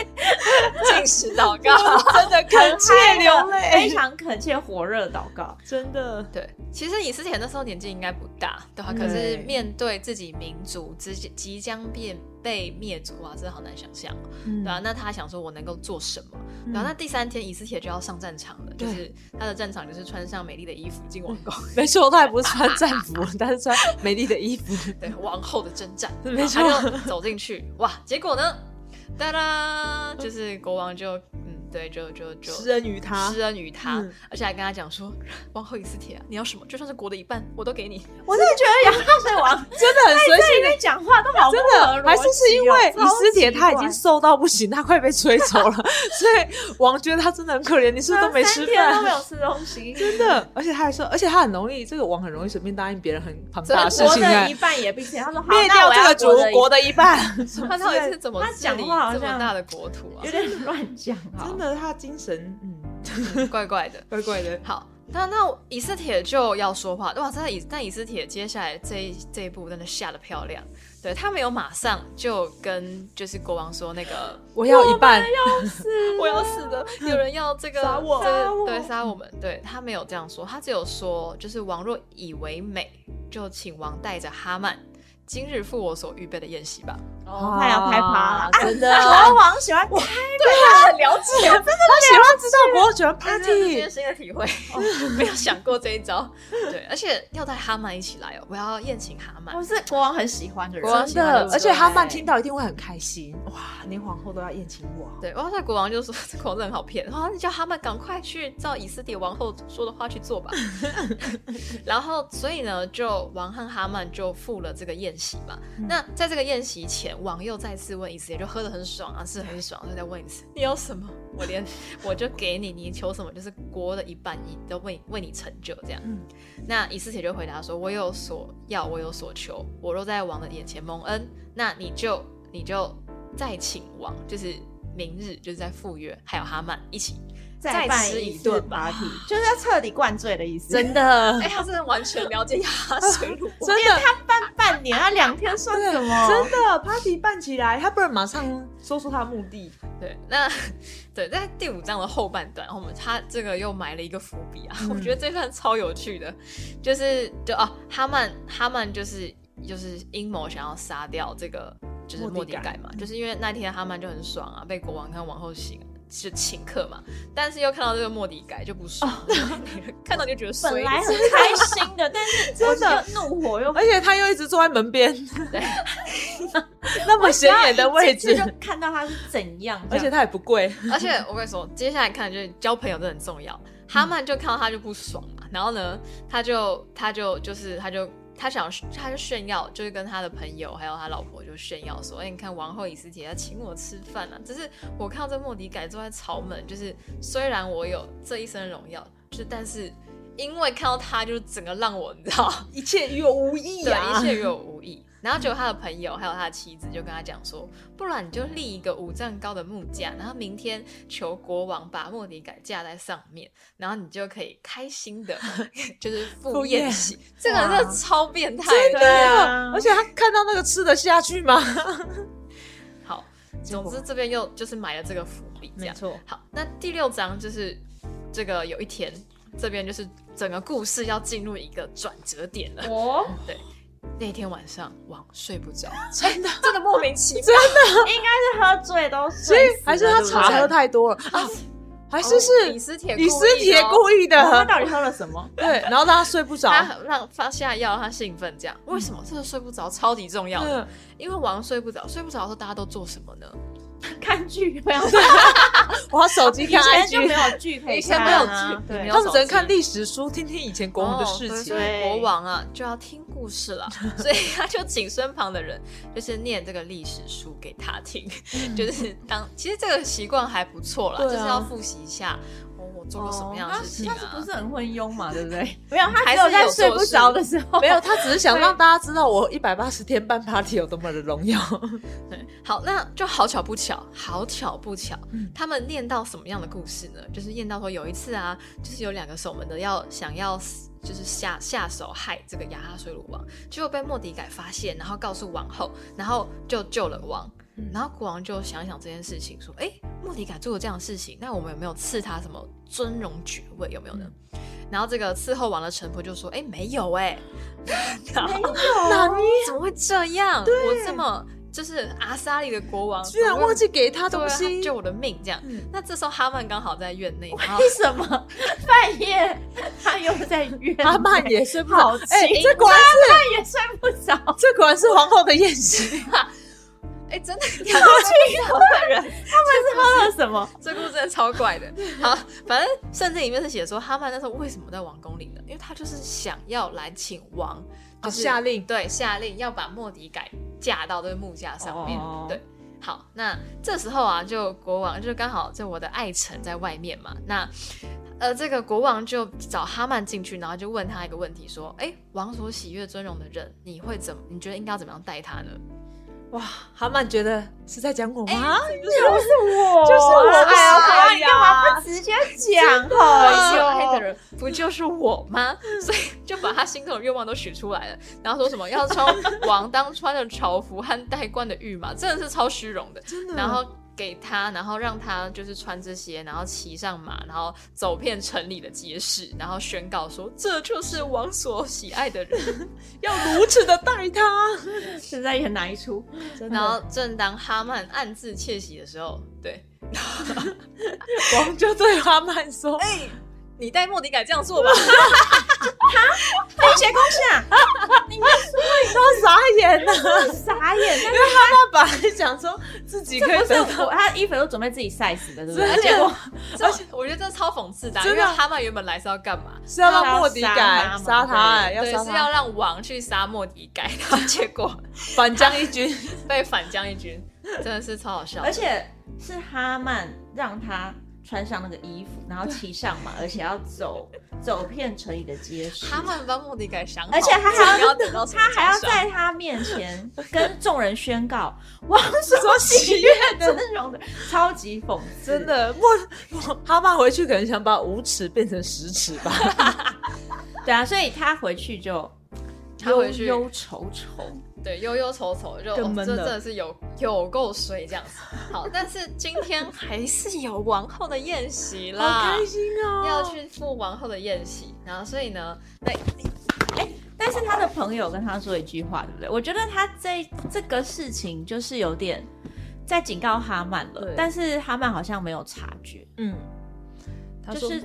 Speaker 3: 进食祷告。
Speaker 2: 真的恳切流
Speaker 1: 非
Speaker 2: 泪，
Speaker 1: 常恳切火热的祷告。
Speaker 2: 真的，
Speaker 3: 对，其实以斯帖那时候年纪应该不大，对吧、
Speaker 1: 嗯
Speaker 3: 可是面对自己民族之即将变被灭族啊，真的好难想象哦、
Speaker 1: 嗯
Speaker 3: 对啊，啊那他想说我能够做什么？
Speaker 2: 嗯
Speaker 3: 然后那第三天以斯帖就要上战场了，就
Speaker 2: 对
Speaker 3: 是他的战场就是穿上美丽的衣服进王宫，
Speaker 2: 没错，他也不是穿战服，他是穿美丽的衣服。
Speaker 3: 对王后的征战，
Speaker 2: 嗯没
Speaker 3: 然后
Speaker 2: 错
Speaker 3: 他就走进去，哇，结果呢，哒啦，就是国王就嗯，对，就就 就
Speaker 2: 嗯施恩于他
Speaker 3: 施恩于他，
Speaker 2: 嗯
Speaker 3: 而且还跟他讲说，王后以斯帖啊，你要什么，就算是国的一半，我都给你。
Speaker 1: 我真的觉得杨大水王
Speaker 2: 真的很 随
Speaker 1: 这
Speaker 2: 性
Speaker 1: 里面讲话都好不
Speaker 2: 真
Speaker 1: 合逻辑哦
Speaker 2: 的，还是是因为以斯帖他已经
Speaker 1: 超奇
Speaker 2: 瘦到不行，他快被吹走 了，所以王觉得他真的很可怜。你是不
Speaker 1: 怪
Speaker 2: 是都没吃
Speaker 1: 啊三天都没
Speaker 2: 饭？
Speaker 1: 有吃东西，
Speaker 2: 真的，而且他还说，而且他很容易，这个王很容易随便答应别人很庞大
Speaker 1: 国
Speaker 2: 的事情，
Speaker 1: 的
Speaker 2: 哎
Speaker 1: 一半也不行。他说好，
Speaker 2: 灭
Speaker 1: 那
Speaker 2: 掉
Speaker 1: 我
Speaker 2: 这
Speaker 1: 要
Speaker 2: 个
Speaker 1: 国
Speaker 2: 族
Speaker 1: 的一
Speaker 2: 国的一半。
Speaker 3: 他到底是怎么
Speaker 1: 他
Speaker 3: 治
Speaker 1: 讲
Speaker 3: 理
Speaker 1: 话好
Speaker 3: 这么
Speaker 1: 像
Speaker 3: 大的国土啊
Speaker 1: 有？点乱讲啊，
Speaker 2: 真的，他精神嗯
Speaker 3: 嗯怪怪的。
Speaker 2: 怪怪的，
Speaker 3: 好，那那以斯帖就要说话，哇，真的以但以斯帖接下来这一这一步真的下的漂亮，对他没有马上就跟就是国王说那个
Speaker 2: 我要一半，
Speaker 1: 是
Speaker 3: 我要死了，有人要这个
Speaker 2: 嗯杀我
Speaker 3: 这个
Speaker 2: 杀我
Speaker 3: 对，杀我们。对他没有这样说，他只有说，就是王若以为美，就请王带着哈曼，今日赴我所预备的宴席吧。
Speaker 1: 哦，太阳太趴了
Speaker 2: 啊。真 的，
Speaker 1: 国王喜欢
Speaker 3: 他很了解，
Speaker 2: 他喜欢知道国，喜欢
Speaker 3: 他这是
Speaker 2: party，
Speaker 3: 今新的体会，哦没有想过这一招。 对，而且要带哈曼一起来哦，我要宴请哈曼
Speaker 1: 我。是国王很喜欢的人，
Speaker 3: 国王
Speaker 2: 真
Speaker 3: 喜欢
Speaker 2: 的
Speaker 3: 的，
Speaker 2: 而且哈曼
Speaker 1: 对
Speaker 2: 听到一定会很开心，哇，连皇后都要宴请我。
Speaker 3: 对，然后那国王就说：“ 这国王真的很好骗，然后你叫哈曼赶快去照以斯帖王后说的话去做吧。” 然后，所以呢，就王和哈曼就赴了这个宴席嘛。那在这个宴席前，王又再次问以斯帖，就喝得很爽啊，是很爽，就再问一次：“你要什么？我连我就给你，你求什么就是国的一半一都为为你成就这样。”
Speaker 2: 嗯
Speaker 3: 那以斯帖就回答说：“我有所要，我有所求，我若在王的眼前蒙恩，那你就你就再请王，就是明日就是在赴约，还有哈曼一起。
Speaker 1: 再办
Speaker 3: 吃
Speaker 1: 一
Speaker 3: 一
Speaker 1: 顿
Speaker 3: 顿吧
Speaker 1: party，就是要彻底灌醉的意思。
Speaker 2: 真 的
Speaker 3: 哎、，他真的完全了解亚水鲁
Speaker 2: 真的，
Speaker 1: 办半年，他两天算什么？
Speaker 2: 真的 party 办起来，他不能马上说出他的目的。
Speaker 3: 对，那对，在第五章的后半段，我们他这个又埋了一个伏笔啊，我觉得这段超有趣的，就是就啊，哈曼哈曼就是就是阴谋想要杀掉这个就是莫
Speaker 2: 莫
Speaker 3: 迪
Speaker 2: 迪
Speaker 3: 改
Speaker 2: 改
Speaker 3: 嘛，就是因为那天哈曼就很爽啊，被国王跟王后请就请客嘛，但是又看到这个莫迪改就不爽， 看到就觉得衰
Speaker 1: 本来
Speaker 3: 就是
Speaker 1: 很开心的，但是
Speaker 2: 真的
Speaker 1: 我就怒火又
Speaker 2: 而且他又一直坐在门边，
Speaker 3: 对，
Speaker 2: 那么显眼的位
Speaker 1: 我
Speaker 2: 置
Speaker 1: 想要一进，去就看到他是怎样，
Speaker 2: 而且它也不贵。
Speaker 3: 而且我跟你说，接下来看就是交朋友都很重要。哈曼就看到他就不爽嘛，然后呢，他就他就就是他就他想他就炫耀，就是跟他的朋友还有他老婆就炫耀说，哎、你看王后以斯帖要请我吃饭啊！只是我看到这莫迪改坐在朝门，就是虽然我有这一身荣耀，就是但是因为看到他，就整个让我你知道。
Speaker 2: 一切与我无异啊
Speaker 3: 对，啊一切与我无异。然后结果他的朋友还有他的妻子就跟他讲说，不然你就立一个五丈高的木架，然后明天求国王把莫迪改架在上面，然后你就可以开心的， 就是赴
Speaker 2: 赴宴
Speaker 3: 宴席。这个真的超变态
Speaker 1: 对
Speaker 3: 的。
Speaker 1: 啊，
Speaker 2: 而且他看到那个吃得下去吗？
Speaker 3: 好，总之这边又就是埋了这个伏笔，这
Speaker 1: 没
Speaker 3: 样。
Speaker 1: 错，
Speaker 3: 好，那第六章就是这个有一天，这边就是整个故事要进入一个转折点了。
Speaker 1: 我
Speaker 3: 那天晚上，王睡不着，
Speaker 2: 真的，
Speaker 3: 真的莫名其妙。
Speaker 1: 应该是喝醉都
Speaker 2: 所以
Speaker 1: 醉死了，
Speaker 2: 还是他
Speaker 1: 对
Speaker 2: 茶
Speaker 1: 不对
Speaker 2: 喝太多了啊？还是
Speaker 3: 哦李
Speaker 2: 是
Speaker 3: 思铁
Speaker 2: 李思杰
Speaker 3: 故意的
Speaker 1: 他
Speaker 3: 哦
Speaker 2: 故意的？
Speaker 1: 到底喝了什么？
Speaker 2: 对，然后让他睡不着。
Speaker 3: 他很让发下药让他兴奋，这样为什么？这个睡不着超级重要的，
Speaker 2: 嗯
Speaker 3: 因为王睡不着，睡不着的时候大家都做什么呢？
Speaker 1: 看剧不要看，
Speaker 2: 我要手机
Speaker 1: 以
Speaker 2: 看
Speaker 1: 前就没
Speaker 2: IG，
Speaker 1: 有剧可以
Speaker 3: 以前
Speaker 1: 看
Speaker 3: 没有
Speaker 1: 啊
Speaker 3: 剧没
Speaker 1: 对
Speaker 3: 有
Speaker 2: 他们只能
Speaker 3: 手机
Speaker 2: 看历史书，听听以前国王的事
Speaker 3: 哦对
Speaker 2: 情
Speaker 3: 所。以
Speaker 1: 对
Speaker 3: 国王啊就要听故事 了，所以他就请身旁的人就是念这个历史书给他听， 就是当其实这个习惯还不错啦，
Speaker 2: 嗯对啊
Speaker 3: 就是要复习一下哦我做过什么样的
Speaker 1: 他
Speaker 3: 事情
Speaker 1: 他是
Speaker 3: 啊
Speaker 1: 不。是很昏庸嘛？对不对？没有，他
Speaker 3: 还
Speaker 1: 只
Speaker 3: 是
Speaker 1: 有在
Speaker 3: 有
Speaker 1: 睡
Speaker 3: 做
Speaker 1: 不
Speaker 3: 事
Speaker 1: 着的时候，
Speaker 2: 没有，他只是想让大家知道我一百八十天办 party 有多么的荣耀。
Speaker 3: 对，好，那就好巧不巧，好巧不巧，
Speaker 2: 嗯
Speaker 3: 他们念到什么样的故事呢？就是念到说有一次啊，就是有两个守门的要想要就是下下手害这个亚哈水鲁王，结果被莫迪改发现，然后告诉王后，然后就救了王。
Speaker 2: 嗯
Speaker 3: 然后国王就想一想这件事情，说：“哎，莫迪改做了这样的事情，那我们有没有赐他什么尊荣爵位？有没有呢？”
Speaker 2: 嗯
Speaker 3: 然后这个伺候王的臣仆就说：“哎，没有哎、然后
Speaker 2: 那你
Speaker 3: 怎么会这样？我这么就是阿萨利的国王，
Speaker 2: 居然忘记给他
Speaker 3: 怎么
Speaker 2: 东
Speaker 3: 会对啊
Speaker 2: 西
Speaker 3: 他，救我的命这样。
Speaker 2: 嗯
Speaker 3: 那这时候哈曼刚好在院内，然后
Speaker 1: 为什么 半夜他又在约？
Speaker 2: 阿曼也睡不 着
Speaker 1: 好。奇
Speaker 2: 哎，这果然是
Speaker 1: 他也睡不着，
Speaker 2: 这果然是皇后的宴席。
Speaker 3: 哎，真的，你要去好的 人，
Speaker 1: 喝了什么？
Speaker 3: 这故事真的超怪的。好，反正圣经里面是写说哈曼那时候为什么在王宫里呢？因为他就是想要来请王，就
Speaker 2: 哦
Speaker 3: 是
Speaker 2: 下令
Speaker 3: 对下令要把莫迪改架到这个木架上面。
Speaker 1: 哦
Speaker 3: 对，好，那这时候啊，就国王就刚好就我的爱臣在外面嘛，那。呃，这个国王就找哈曼进去，然后就问他一个问题，说：“哎，王所喜悦尊荣的人，你会怎么？你觉得应该要怎么样待他呢？”
Speaker 2: 哇，哈曼觉得是在讲我吗？
Speaker 1: 就是我，
Speaker 2: 就是我
Speaker 1: 哎呀，
Speaker 2: 哎
Speaker 1: 可
Speaker 2: 呀
Speaker 1: 爱，你干嘛不直接讲？
Speaker 3: 爱
Speaker 2: 哎
Speaker 1: 好
Speaker 3: 哦的，人不就是我吗？所以就把他心中的愿望都许出来了，然后说什么要穿王当穿的朝服和戴冠的御马，真的是超虚荣的。
Speaker 2: 真的
Speaker 3: 然后给他，然后让他就是穿这些，然后骑上马，然后走遍城里的街市，然后宣告说这就是王所喜爱的 人。
Speaker 2: 要如此的待他，
Speaker 1: 实在也哪一出？
Speaker 2: 真
Speaker 3: 然后正当哈曼暗自窃喜的时候，对
Speaker 2: 王就对哈曼说：“
Speaker 3: 你带莫迪改这样做吧。
Speaker 1: 哎，结公下，
Speaker 2: 都傻眼了。”
Speaker 1: 傻眼，
Speaker 2: 因为哈曼本来想说自己可
Speaker 1: 那
Speaker 2: 以
Speaker 1: 这
Speaker 2: 得
Speaker 1: 不是
Speaker 2: 到
Speaker 1: 我，，他衣服都准备自己晒死的，对不对？
Speaker 2: 真
Speaker 3: 而且
Speaker 2: 的
Speaker 3: 我，这 我觉得这超讽刺的啊、因
Speaker 2: 真
Speaker 3: 为
Speaker 2: 的
Speaker 3: 哈曼原本来是要干嘛？
Speaker 2: 是要让莫迪改
Speaker 1: 杀
Speaker 2: 杀
Speaker 1: 他
Speaker 2: 他，
Speaker 1: 嘛
Speaker 2: 哎要
Speaker 3: 对，
Speaker 2: 杀
Speaker 3: 是要
Speaker 2: 他，
Speaker 3: 让王去杀莫迪改，然后结果
Speaker 2: 反将一军。
Speaker 3: 被反将一军，真的是超好笑
Speaker 1: 而。且是哈曼让他穿上那个衣服，然后骑上马，而且要走走遍城里的街市。
Speaker 3: 哈曼帮莫迪改想好，
Speaker 1: 而且他还要
Speaker 3: 要等到
Speaker 1: 他还要
Speaker 3: 在
Speaker 1: 在他面前跟众人宣告王所
Speaker 2: 所
Speaker 1: 喜
Speaker 2: 喜
Speaker 1: 悦
Speaker 2: 悦
Speaker 1: 的那种的，超级讽刺，
Speaker 2: 真。的，莫莫哈曼回去可能想把五尺变成十尺 吧。
Speaker 1: 对啊，所以他回去就
Speaker 3: 他
Speaker 1: 忧
Speaker 3: 回去
Speaker 1: 忧愁愁，
Speaker 3: 对忧忧愁愁，就、
Speaker 2: 更
Speaker 3: 哦、
Speaker 2: 闷
Speaker 3: 这真
Speaker 2: 了
Speaker 3: 的是有有够水这样子。好，但是今天还是有王后的宴席啦，
Speaker 2: 好开心哦！
Speaker 3: 要去赴王后的宴席，然后所以呢，那
Speaker 1: 但是他的朋友跟他说一句话，对不对？我觉得他这这个事情就是有点在警告哈曼了
Speaker 2: 对，
Speaker 1: 但是哈曼好像没有察觉，
Speaker 2: 嗯，他
Speaker 1: 就
Speaker 2: 说
Speaker 1: 是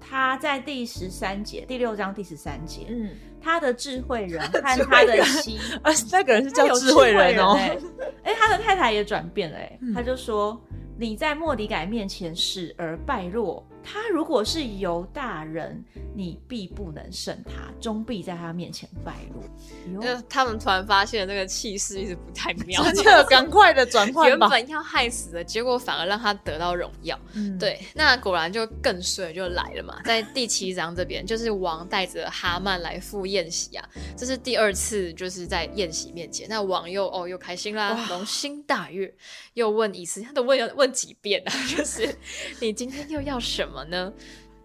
Speaker 1: 他在第十三节第六章第十三节，
Speaker 2: 嗯，
Speaker 1: 他的智慧人和他的妻，
Speaker 2: 而且啊那个人是
Speaker 1: 他
Speaker 2: 叫
Speaker 1: 有
Speaker 2: 智慧人哦。
Speaker 3: 欸
Speaker 1: 哎、哎他的太太也转变了、哎、他就说：“你在莫迪改面前死而败落，他如果是犹大人，你必不能胜他，终必在他面前败落。哎呦
Speaker 3: 就”他们突然发现这个气势一直不太妙，
Speaker 2: 真的，赶快的转换
Speaker 3: 原
Speaker 2: 吧。
Speaker 3: 本要害死的，结果反而让他得到荣耀。
Speaker 1: 嗯，
Speaker 3: 对，那果然就更衰就来了嘛，在第七章这边， 就是王带着哈曼来赴宴席啊，这是第二次就是在宴席面前，那王又哦又开心啦，龙心大悦，又问以斯，他都问了问几遍啊， 就是你今天又要什么呢？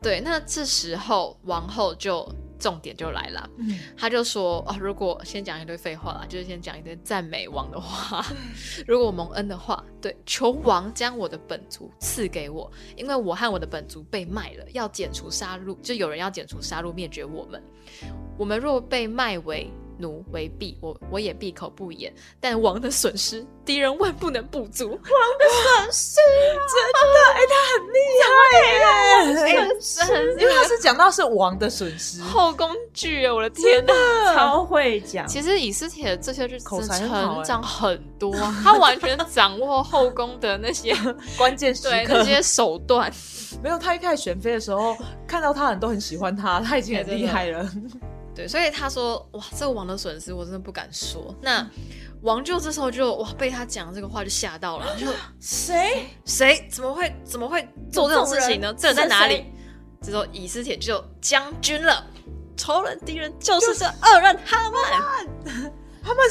Speaker 3: 对，那这时候王后就重点就来了，
Speaker 1: 嗯
Speaker 3: 他就说哦，如果先讲一堆废话啦，就是先讲一堆赞美王的话。
Speaker 2: 嗯
Speaker 3: 如果我蒙恩的话，对，求王将我的本族赐给我，因为我和我的本族被卖了，要剪除杀戮，就有人要剪除杀戮灭绝我们。我们若被卖为奴为婢，我我也闭口不言。但王的损失，敌人万不能补足。
Speaker 2: 嗯
Speaker 1: 哎
Speaker 2: 哎
Speaker 3: 欸
Speaker 2: 因
Speaker 3: 真
Speaker 2: 为他是讲到是王的损失，
Speaker 3: 后宫剧耶，我的天哪！
Speaker 1: 超会讲，
Speaker 3: 其实以斯帖这些就是
Speaker 2: 口才很好
Speaker 3: 成
Speaker 2: 哎
Speaker 3: 长很多啊， 他完全掌握后宫的那些
Speaker 2: 嗯关键时
Speaker 3: 对那
Speaker 2: 刻
Speaker 3: 些手段。
Speaker 2: 没有。他一开始选妃的时候，看到他人都很喜欢他，他已经很
Speaker 3: 对真
Speaker 2: 厉
Speaker 3: 的
Speaker 2: 害了。
Speaker 3: 对，所以他说：“哇，这个王的损失我真的不敢说。”那王舅这时候就哇被他讲这个话就吓到 了，就
Speaker 1: 谁
Speaker 3: 谁怎么会怎么会做这种事情呢？这人在哪里？这时候以斯帖就将军了，仇人敌人就是这二人哈曼。
Speaker 2: 他们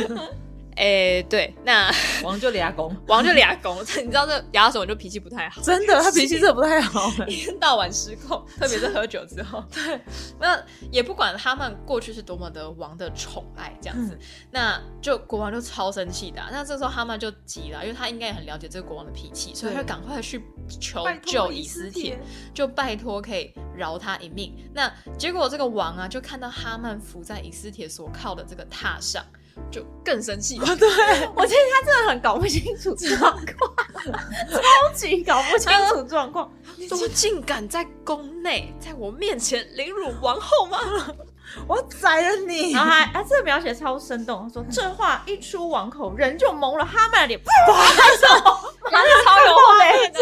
Speaker 2: 傻眼
Speaker 3: 哎，对，那
Speaker 2: 的呢。王就俩公，
Speaker 3: 王就俩拱， 你知道这亚手就脾气不太好，
Speaker 2: 真的，他脾气真的不太好。
Speaker 3: 一天到晚失控，特别是喝酒之后。 对，那也不管哈曼过去是多么的王的宠爱这样子，那就国王就超生气的啊、那这时候哈曼就急了，因为他应该也很了解这个国王的脾气，所以他赶快去求救以斯帖，，就拜托可以饶他一命。那结果这个王啊，就看到哈曼伏在以斯帖所靠的这个榻上，就更生气了。
Speaker 1: 我觉得他真的很搞不清楚状况，超级搞不清楚状况。
Speaker 3: 我竟敢在宫内，在我面前凌辱王后吗？
Speaker 2: 我宰了你
Speaker 1: 然！后还啊，这个描写超生动。他说这话一出王口，人就蒙了哈曼的脸，
Speaker 3: 他是超有画面的，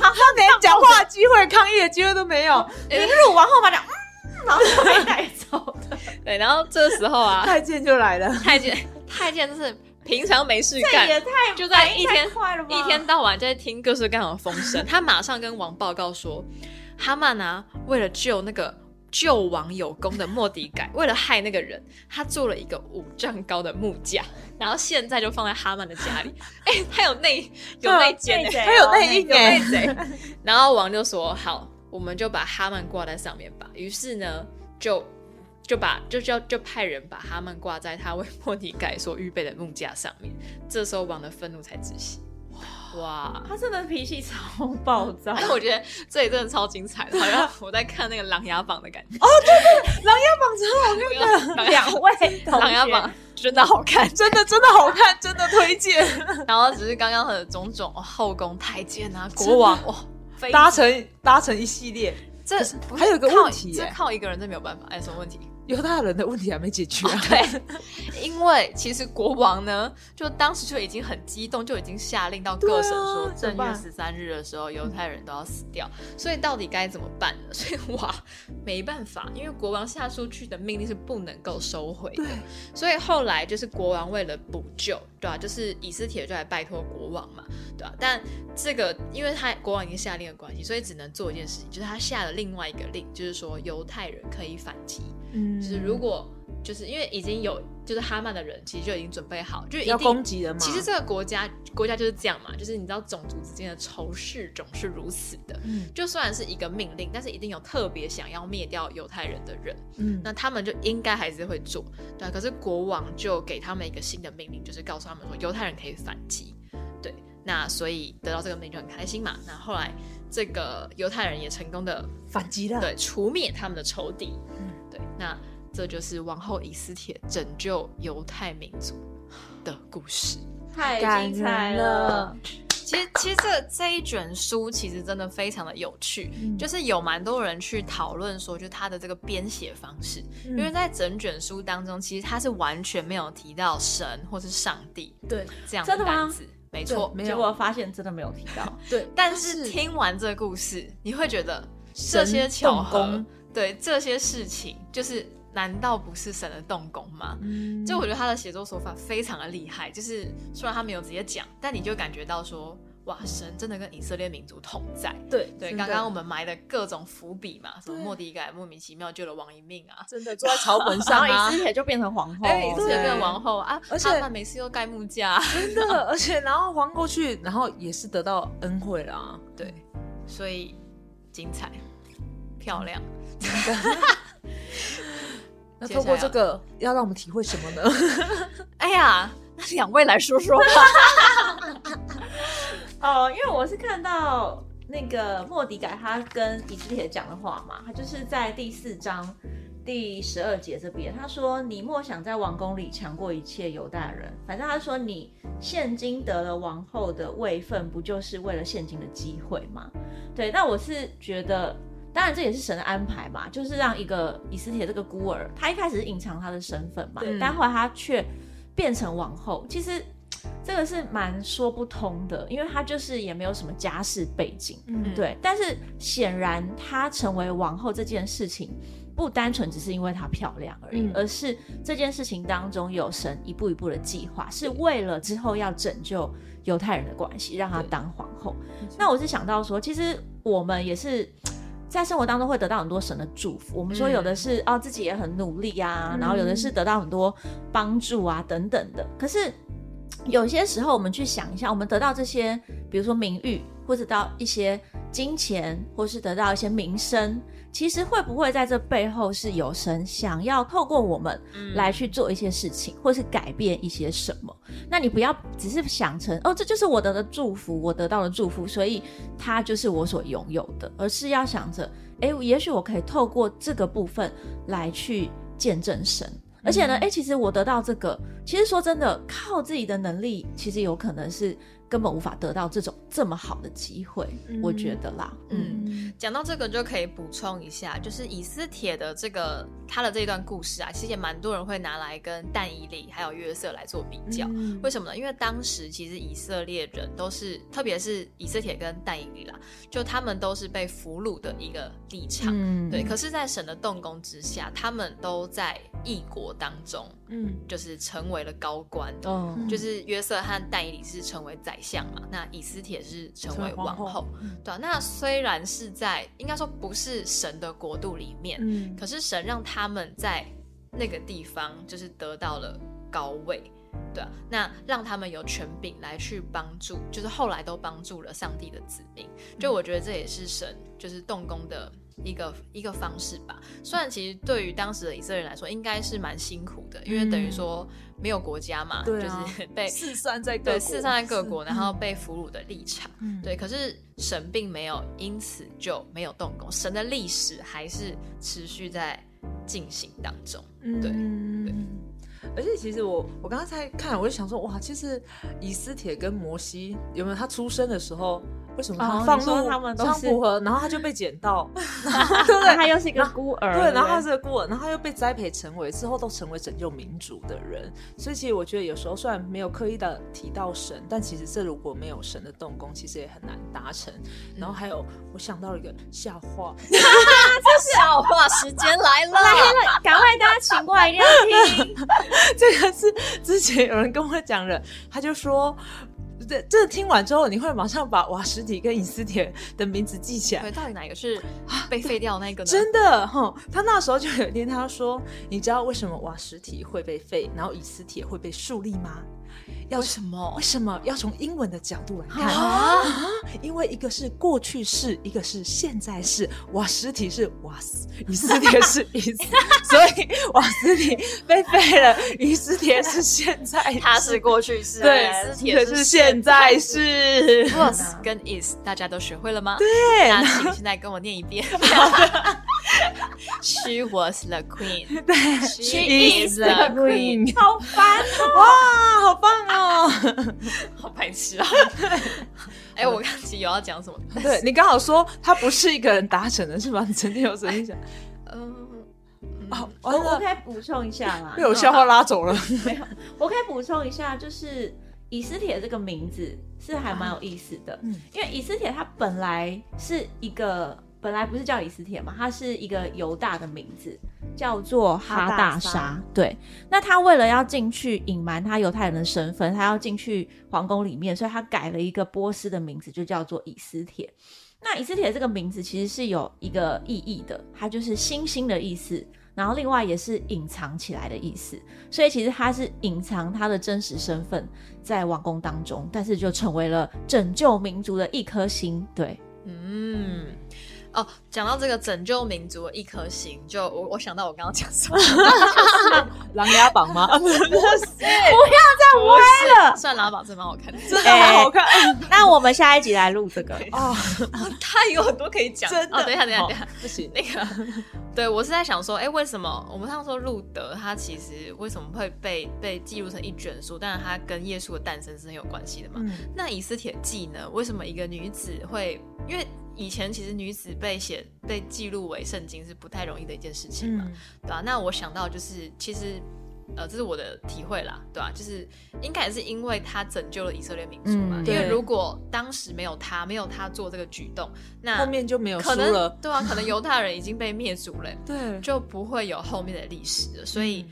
Speaker 2: 他连讲话的机会、抗议的机会都没 有，
Speaker 1: 一入王后把讲，嗯，然后就被带走的。
Speaker 3: 对，然后这时 候啊，
Speaker 2: 太监就来了。
Speaker 3: 太监太监就是平常没事
Speaker 1: 这
Speaker 3: 干，
Speaker 1: 也太
Speaker 3: 就在一
Speaker 1: 太
Speaker 3: 天
Speaker 1: 快了吧？哦
Speaker 3: 一天到晚在听各式各样的风声。他马上跟王报告说，哈曼啊，为了救那个救王有功的莫迪改，为了害那个人，他做了一个五丈高的木架，然后现在就放在哈曼的家里。哎、他有内有内奸欸
Speaker 1: 内
Speaker 3: 的，
Speaker 1: 贼
Speaker 2: 他有
Speaker 1: 哦
Speaker 2: 内应哎
Speaker 1: 内贼
Speaker 3: 然后王就说：“好，我们就把哈曼挂在上面吧。”于是呢，就就把就就就派人把哈曼挂在他为莫迪改所预备的木架上面。这时候王的愤怒才止息。哇！
Speaker 1: 他真的脾气超暴躁。
Speaker 3: 但我觉得这里真的超精彩的，好像我在看那个《琅琊榜》的感觉。哦， 对对，《琅琊榜》真的好看，《琅
Speaker 1: 两位同
Speaker 3: 琅琊
Speaker 1: 学
Speaker 3: 榜，》真的好看。
Speaker 2: 真的真的好看，真的 推荐。
Speaker 3: 然后只是刚刚的种种哦后宫太监啊，国王哇，妃子
Speaker 2: 搭乘搭乘一系列
Speaker 3: 这
Speaker 2: 可是还有一个
Speaker 3: 靠
Speaker 2: 问题耶
Speaker 3: 这靠一个人这没有办法。哎，什么问题？
Speaker 2: 犹大人的问题还没解决啊，
Speaker 3: 哦对，因为其实国王呢，就当时就已经很激动，就已经下令到各省说
Speaker 2: 对啊，怎
Speaker 3: 正
Speaker 2: 么
Speaker 3: 月
Speaker 2: 办
Speaker 3: 十三日的时候，犹太人都要死掉。所以到底该怎么办呢？ 所以哇，没办法，因为国王下出去的命令是不能够收回的。所以后来就是国王为了补救，对吧、啊就是以斯帖就来拜托国王嘛，对吧、但这个因为他国王已经下令的关系，所以只能做一件事情，就是他下了另外一个令，就是说犹太人可以反击。
Speaker 1: 嗯
Speaker 3: 就是如果就是因为已经有就是哈曼的人，其实就已经准备好，就一
Speaker 2: 要攻
Speaker 3: 定。
Speaker 2: 击人嘛。
Speaker 3: 其实这个国家国家就是这样嘛，就是你知道种族之间的仇视总是如此的。
Speaker 1: 嗯
Speaker 3: 就虽然是一个命令，但是一定有特别想要灭掉犹太人的人，
Speaker 1: 嗯，
Speaker 3: 那他们就应该还是会做，对啊、可是国王就给他们一个新的命令，就是告诉他们说犹太人可以反击，对。那所以得到这个命令就很开心嘛。那后来这个犹太人也成功的
Speaker 2: 反击了，
Speaker 3: 对，除灭他们的仇敌。
Speaker 2: 嗯
Speaker 3: 对，那这就是王后以斯帖拯救犹太民族的故事。
Speaker 1: 太精彩了。
Speaker 3: 其实其实这这一卷书其实真的非常的有趣，
Speaker 1: 嗯
Speaker 3: 就是有蛮多人去讨论说，就他的这个编写方式，
Speaker 2: 嗯
Speaker 1: 嗯
Speaker 3: 因为在整卷书当中，其实他是完全没有提到神或是上帝
Speaker 1: 对
Speaker 3: 这样
Speaker 1: 真的吗
Speaker 3: 单词，没错。
Speaker 2: 没
Speaker 1: 结
Speaker 2: 有
Speaker 1: 果发现真的没有提到，
Speaker 2: 对，
Speaker 3: 但
Speaker 2: 但
Speaker 3: 是
Speaker 2: 是
Speaker 3: 听完这故事，你会觉得
Speaker 1: 神
Speaker 3: 这些巧
Speaker 1: 动
Speaker 3: 合
Speaker 1: 工，
Speaker 3: 对这些事情，就是难道不是神的动工吗？
Speaker 2: 嗯
Speaker 3: 就我觉得他的写作手法非常的厉害，就是虽然他没有直接讲，但你就感觉到说，哇，神真的跟以色列民族同在。
Speaker 2: 对
Speaker 3: 对，
Speaker 2: 真的
Speaker 3: 刚刚我们埋的各种伏笔嘛，什么
Speaker 2: 对
Speaker 3: 莫迪改莫名其妙救了王一命啊，
Speaker 2: 真的坐在草本
Speaker 1: 然
Speaker 2: 上
Speaker 1: 后
Speaker 2: 啊
Speaker 1: 以，斯帖就变成皇后，哦
Speaker 3: 哎，以色列
Speaker 2: 哦对
Speaker 3: 变王后啊，
Speaker 2: 而且
Speaker 3: 阿曼每次又盖木架啊，
Speaker 2: 真的，而且然后还过去，然后也是得到恩惠啦。
Speaker 3: 对，所以精彩漂亮。
Speaker 2: 那
Speaker 3: 接
Speaker 2: 透过
Speaker 3: 下来
Speaker 2: 这个，要让我们体会什么呢？
Speaker 3: 哎呀，那 两位来说说吧。
Speaker 1: 哦，因为我是看到那个莫迪改他跟以斯帖讲的话嘛，他就是在第四章第十二节这边，他说：“你莫想在王宫里强过一切犹大人，反正他说你现今得了王后的位分，不就是为了现今的机会吗？”对，那我是觉得。当然，这也是神的安排嘛，就是让一个以斯帖这个孤儿，他一开始是隐藏他的身份嘛，
Speaker 3: 对
Speaker 1: 但后来他却变成王后。其实这个是蛮说不通的，因为他就是也没有什么家世背景，
Speaker 2: 嗯，
Speaker 1: 对。但是显然她成为王后这件事情，不单纯只是因为她漂亮而已，
Speaker 2: 嗯
Speaker 1: 而是这件事情当中有神一步一步的计划，是为了之后要拯救犹太人的关系，让她
Speaker 2: 对
Speaker 1: 当皇后。那我是想到说，其实我们也是。在生活当中会得到很多神的祝福，我们
Speaker 2: 嗯
Speaker 1: 说有的是、哦自己也很努力啊，然后有的是得到很多帮助啊等等的。可是有些时候，我们去想一下，我们得到这些，比如说名誉，或者到一些金钱，或是得到一些名声，其实会不会在这背后是有神想要透过我们
Speaker 3: 嗯
Speaker 1: 来去做一些事情，或是改变一些什么？那你不要只是想成哦，这就是我得的祝福，我得到的祝福，所以它就是我所拥有的，而是要想着，诶，也许我可以透过这个部分来去见证神。而且呢，诶，其实我得到这个，其实说真的，靠自己的能力，其实有可能是根本无法得到这种这么好的机会，我觉得啦，嗯，
Speaker 2: 嗯，
Speaker 3: 讲到这个就可以补充一下，就是以斯帖的这个他的这段故事啊，其实也蛮多人会拿来跟但以理还有约瑟来做比较。
Speaker 2: 嗯
Speaker 3: 为什么呢？因为当时其实以色列人都是，特别是以色列跟但以理啦，就他们都是被俘虏的一个立场。
Speaker 1: 嗯
Speaker 3: 对，可是，在神的动工之下，他们都在异国当中，
Speaker 2: 嗯，
Speaker 3: 就是成为了高官。
Speaker 1: 哦，
Speaker 2: 嗯
Speaker 3: 就是约瑟和但以理是成为宰相嘛，那以斯帖是成为王后，
Speaker 2: 成为皇后嗯
Speaker 3: 对、啊、那虽然是在应该说不是神的国度里面，
Speaker 2: 嗯
Speaker 3: 可是神让他们在那个地方就是得到了高位，对、啊，那让他们有权柄来去帮助，就是后来都帮助了上帝的子民。就我觉得这也是神就是动工的。一个一个方式吧，虽然其实对于当时的以色列人来说，应该是蛮辛苦的，因为等于说没有国家嘛，
Speaker 2: 嗯对啊
Speaker 3: 就是被
Speaker 2: 四散在各
Speaker 3: 对
Speaker 2: 国
Speaker 3: 四散在各
Speaker 2: 是
Speaker 3: 国，然后被俘虏的立场。
Speaker 2: 嗯
Speaker 3: 对，可是神并没有因此就没有动工，神的历史还是持续在进行当中。对对
Speaker 2: 嗯，而且其实我我刚刚才看，我就想说，哇，其实以斯帖跟摩西有没有他出生的时候，为什么
Speaker 1: 哦
Speaker 2: 他放
Speaker 1: 你说
Speaker 2: 入
Speaker 1: 他们都
Speaker 2: 仓
Speaker 1: 是
Speaker 2: 库盒，然后他就被捡 到，
Speaker 1: 对不对？啊他又是一个孤儿，
Speaker 2: 对，然后
Speaker 1: 不
Speaker 2: 他是 个孤儿，然后他又被栽培成为之后都成为拯救民族的人，所以其实我觉得有时候虽然没有刻意的提到神，但其实这如果没有神的动工，其实也很难达成。然后还有我想到了一个笑话，
Speaker 3: 笑话时间来
Speaker 1: 来
Speaker 3: 了，
Speaker 1: 了，赶快大家醒过来，一定要听。
Speaker 2: 这个是之前有人跟我讲的，他就说。这这听完之后，你会马上把瓦什体跟以斯帖的名字记起来，
Speaker 3: 对，到底哪个是被废掉那个呢？
Speaker 2: 真的哈、哼他那时候就有一天他说：“你知道为什么瓦什体会被废，然后以斯帖会被树立吗？要
Speaker 3: 为什么
Speaker 2: 为？什么要从英文的角度来看？
Speaker 3: 啊，
Speaker 2: 因为一个是过去式，一个是现在式。瓦斯体是瓦斯，以斯帖是以斯， 所以瓦斯体被废了，以斯帖是现在式，
Speaker 3: 他是过去式，
Speaker 2: 对，
Speaker 3: 以斯
Speaker 2: 可
Speaker 3: 帖
Speaker 2: 是现在式。
Speaker 3: Was 跟 is，大家都学会了吗？对，那请现在跟我念一遍。 She was the queen.
Speaker 2: 对
Speaker 3: She is the queen.
Speaker 1: 好烦哦！
Speaker 2: 哇，好棒哦！
Speaker 3: 好白痴啊！哎、我刚其实有要讲什么？
Speaker 2: 对你刚好说他不是一个人达成的，是吧？你曾经有曾经想，
Speaker 3: 嗯，
Speaker 2: 哦，
Speaker 1: 我
Speaker 2: 完
Speaker 1: 我
Speaker 2: 了，
Speaker 1: 可以补充一下啦
Speaker 2: 被，我笑话拉走了。
Speaker 1: 没有，我可以补充一下，就是以斯帖这个名字是还蛮有意思的，
Speaker 2: 嗯
Speaker 1: 因为以斯帖它本来是一个，本来不是叫以斯帖嘛，它是一个犹大的名字，叫做哈大
Speaker 2: 哈大
Speaker 1: 沙。对，那他为了要进去隐瞒他犹太人的身份，他要进去皇宫里面，所以他改了一个波斯的名字，就叫做以斯帖。那以斯帖这个名字其实是有一个意义的，它就是星星的意思，然后另外也是隐藏起来的意思。所以其实他是隐藏他的真实身份在王宫当中，但是就成为了拯救民族的一颗星。对，
Speaker 3: 嗯，哦，讲到这个拯救民族的一颗心，就我我想到我刚刚讲 什么，
Speaker 2: 琅琊榜吗？ 啊不是
Speaker 3: 不是
Speaker 1: 了
Speaker 3: 算喇叭真蛮好看的，
Speaker 2: 真的好好看
Speaker 3: 哎
Speaker 1: 那我们下一集来录这个。
Speaker 2: 啊！
Speaker 3: 哦它有很多可以讲。
Speaker 2: 真的，
Speaker 3: 哦，等一下，等一下，
Speaker 2: 好
Speaker 3: 等一下，，
Speaker 2: 不行，
Speaker 3: 那个， 对我是在想说，哎、为什么我们上次说路德他其实为什么会被被记录成一卷书？当然，他跟耶稣的诞生是很有关系的嘛。
Speaker 2: 嗯，
Speaker 3: 那以斯帖记呢？为什么一个女子会？因为以前其实女子被写被记录为圣经是不太容易的一件事情嘛，
Speaker 2: 嗯
Speaker 3: 对吧、啊那我想到就是，其实呃，这是我的体会啦，对吧、就是应该也是因为他拯救了以色列民族嘛。
Speaker 1: 嗯
Speaker 3: 因为
Speaker 2: 对
Speaker 3: 如果当时没有他，没有他做这个举动，那
Speaker 2: 后面就没有书
Speaker 3: 可能
Speaker 2: 了。
Speaker 3: 对啊，可能犹太人已经被灭族了，
Speaker 2: 对，
Speaker 3: 就不会有后面的历史了。所以。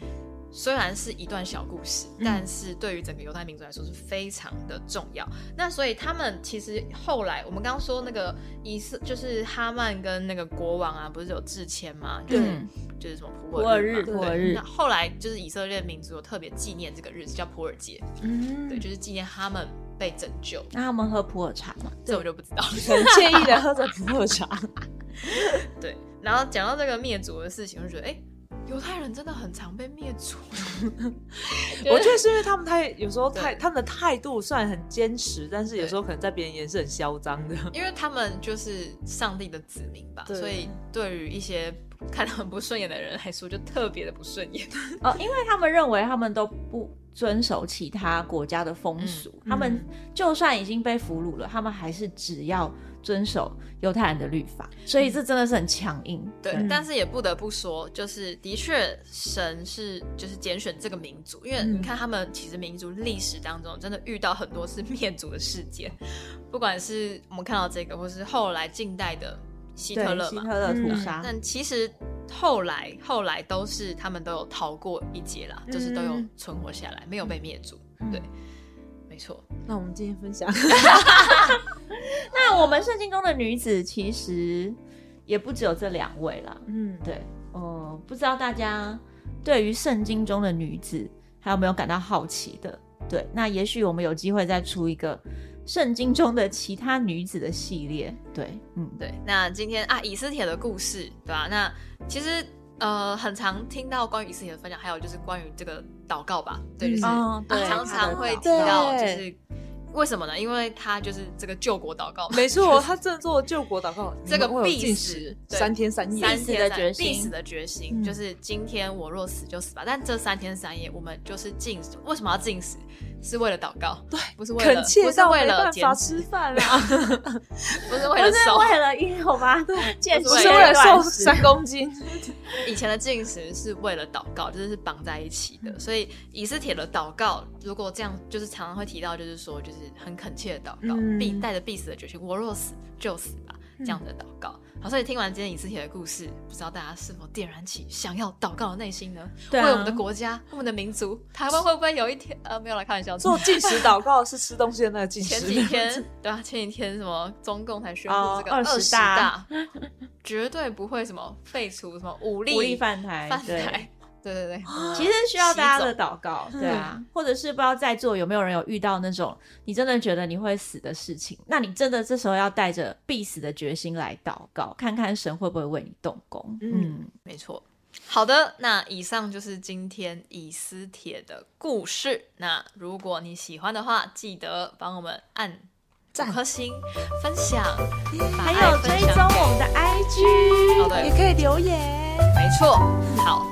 Speaker 3: 虽然是一段小故事，
Speaker 2: 嗯
Speaker 3: 但是对于整个犹太民族来说是非常的重要。那所以他们其实后来，我们刚刚说那个以色，就是哈曼跟那个国王啊，不是有致签吗？就是、
Speaker 1: 嗯
Speaker 3: 就是什么普
Speaker 1: 普尔
Speaker 3: 尔
Speaker 1: 日，
Speaker 3: 日嘛
Speaker 1: 普
Speaker 2: 对
Speaker 1: 尔
Speaker 3: 对
Speaker 1: 日
Speaker 3: 那，后来就是以色列民族有特别纪念这个日子，叫普尔节，
Speaker 2: 嗯
Speaker 3: 对，就是纪念哈曼被拯救。
Speaker 1: 那他们喝普洱茶嘛？
Speaker 3: 这我就不知道了。
Speaker 2: 很建议来喝着普洱茶。
Speaker 3: 对，然后讲到这个灭族的事情，我就觉得哎。犹太人真的很常被灭族，
Speaker 2: 我觉得是因为他们太有时候太
Speaker 3: 对
Speaker 2: 他们的态度虽然很坚持，但是有时候可能在别人眼里是很嚣张的。
Speaker 3: 因为他们就是上帝的子民吧，
Speaker 2: 对
Speaker 3: 所以对于一些看他们不顺眼的人来说，就特别的不顺 眼。
Speaker 1: 哦，因为他们认为他们都不遵守其他国家的风俗，
Speaker 2: 嗯
Speaker 1: 他们就算已经被俘虏了，他们还是只要遵守犹太人的律法，所以这真的是很强硬。
Speaker 3: 对，
Speaker 2: 嗯
Speaker 3: 但是也不得不说，就是的确，神是就是拣选这个民族，因为
Speaker 2: 嗯
Speaker 3: 你看他们其实民族历史当中真的遇到很多是灭族的事件，不管是我们看到这个，或是后来近代的希
Speaker 1: 对
Speaker 3: 特勒
Speaker 1: 希
Speaker 3: 嘛，
Speaker 1: 特勒屠杀，
Speaker 3: 但其实后来后来都是他们都有逃过一劫啦，就是都有
Speaker 2: 嗯
Speaker 3: 存活下来，没有被灭族。
Speaker 2: 嗯
Speaker 3: 对，没错。
Speaker 2: 那我们今天分享，
Speaker 1: 那我们圣经中的女子其实也不只有这两位啦。
Speaker 2: 嗯，
Speaker 1: 对，呃，不知道大家对于圣经中的女子还有没有感到好奇的？对，那也许我们有机会再出一个圣经中的其他女子的系列。对，嗯，
Speaker 3: 对，那今天啊，以斯帖的故事，对吧、那其实呃，很常听到关于以斯帖的分享，还有就是关于这个祷告吧，对，就是、啊
Speaker 2: 嗯
Speaker 1: 哦，对，
Speaker 3: 常常会提
Speaker 2: 对
Speaker 3: 到，就是为什么呢？因为他就是这个救国祷告嘛，
Speaker 2: 没错，他真的做了救国祷告，
Speaker 3: 这个
Speaker 2: 你们为我
Speaker 3: 必
Speaker 2: 禁
Speaker 3: 死
Speaker 2: 食
Speaker 3: 对
Speaker 2: 三天 三夜，
Speaker 3: 三
Speaker 1: 死
Speaker 3: 天
Speaker 1: 的
Speaker 3: 三
Speaker 1: 决心
Speaker 3: 必死的决心，
Speaker 2: 嗯
Speaker 3: 就是今天我若死就死吧。但这三天三夜，我们就是禁食。为什么要禁食？是为了祷告，对，不是为了，
Speaker 2: 恳
Speaker 3: 不
Speaker 2: 切
Speaker 3: 是
Speaker 2: 到
Speaker 3: 为
Speaker 2: 没
Speaker 3: 了
Speaker 2: 办
Speaker 3: 减
Speaker 2: 法
Speaker 3: 脂，
Speaker 2: 吃饭啊啦，
Speaker 3: 不是
Speaker 1: 不
Speaker 3: 为
Speaker 1: 是
Speaker 3: 了瘦，
Speaker 1: 为了一六八健
Speaker 3: 不
Speaker 2: 不
Speaker 1: 身
Speaker 3: 对
Speaker 2: 是为了瘦
Speaker 1: 断食
Speaker 2: 三公斤。
Speaker 3: 以前的进食是为了祷告，就是是绑在一起的。所以以斯帖的祷告，如果这样，就是常常会提到，就是说，就是很恳切的祷告，
Speaker 2: 嗯
Speaker 3: 必带着必死的决心，我若死就死吧，这样的祷告。好，所以听完今天以斯帖的故事，不知道大家是否点燃起想要祷告的内心呢？
Speaker 1: 对啊
Speaker 3: 为我们的国家、为我们的民族，台湾会不会有一天？呃，没有来开玩笑。
Speaker 2: 做进食祷告是吃东西的那个进食。
Speaker 3: 前几天，对啊，前几天什么中共才宣布
Speaker 1: 哦
Speaker 3: 这个
Speaker 1: 20
Speaker 3: 20大，绝对不会什么废除什么武力
Speaker 1: 无力犯台，
Speaker 3: 翻
Speaker 1: 对。
Speaker 3: 台。 对对对，
Speaker 1: 其实需要大家的
Speaker 3: 习
Speaker 1: 祷告，对啊，或者是不知道在座有没有人有遇到那种你真的觉得你会死的事情，那你真的这时候要带着必死的决心来祷告，看看神会不会为你动工。
Speaker 2: 嗯
Speaker 1: 嗯，
Speaker 3: 没错。好的，那以上就是今天以斯帖的故事。那如果你喜欢的话，记得帮我们按
Speaker 2: 赞
Speaker 3: 五颗星分享，把
Speaker 1: 还
Speaker 3: 爱
Speaker 1: 有
Speaker 3: 分
Speaker 1: 追
Speaker 3: 享
Speaker 1: 踪
Speaker 3: 给
Speaker 1: 我们的 IG，
Speaker 3: 哦对
Speaker 2: 也可以留言。
Speaker 3: 没错，好，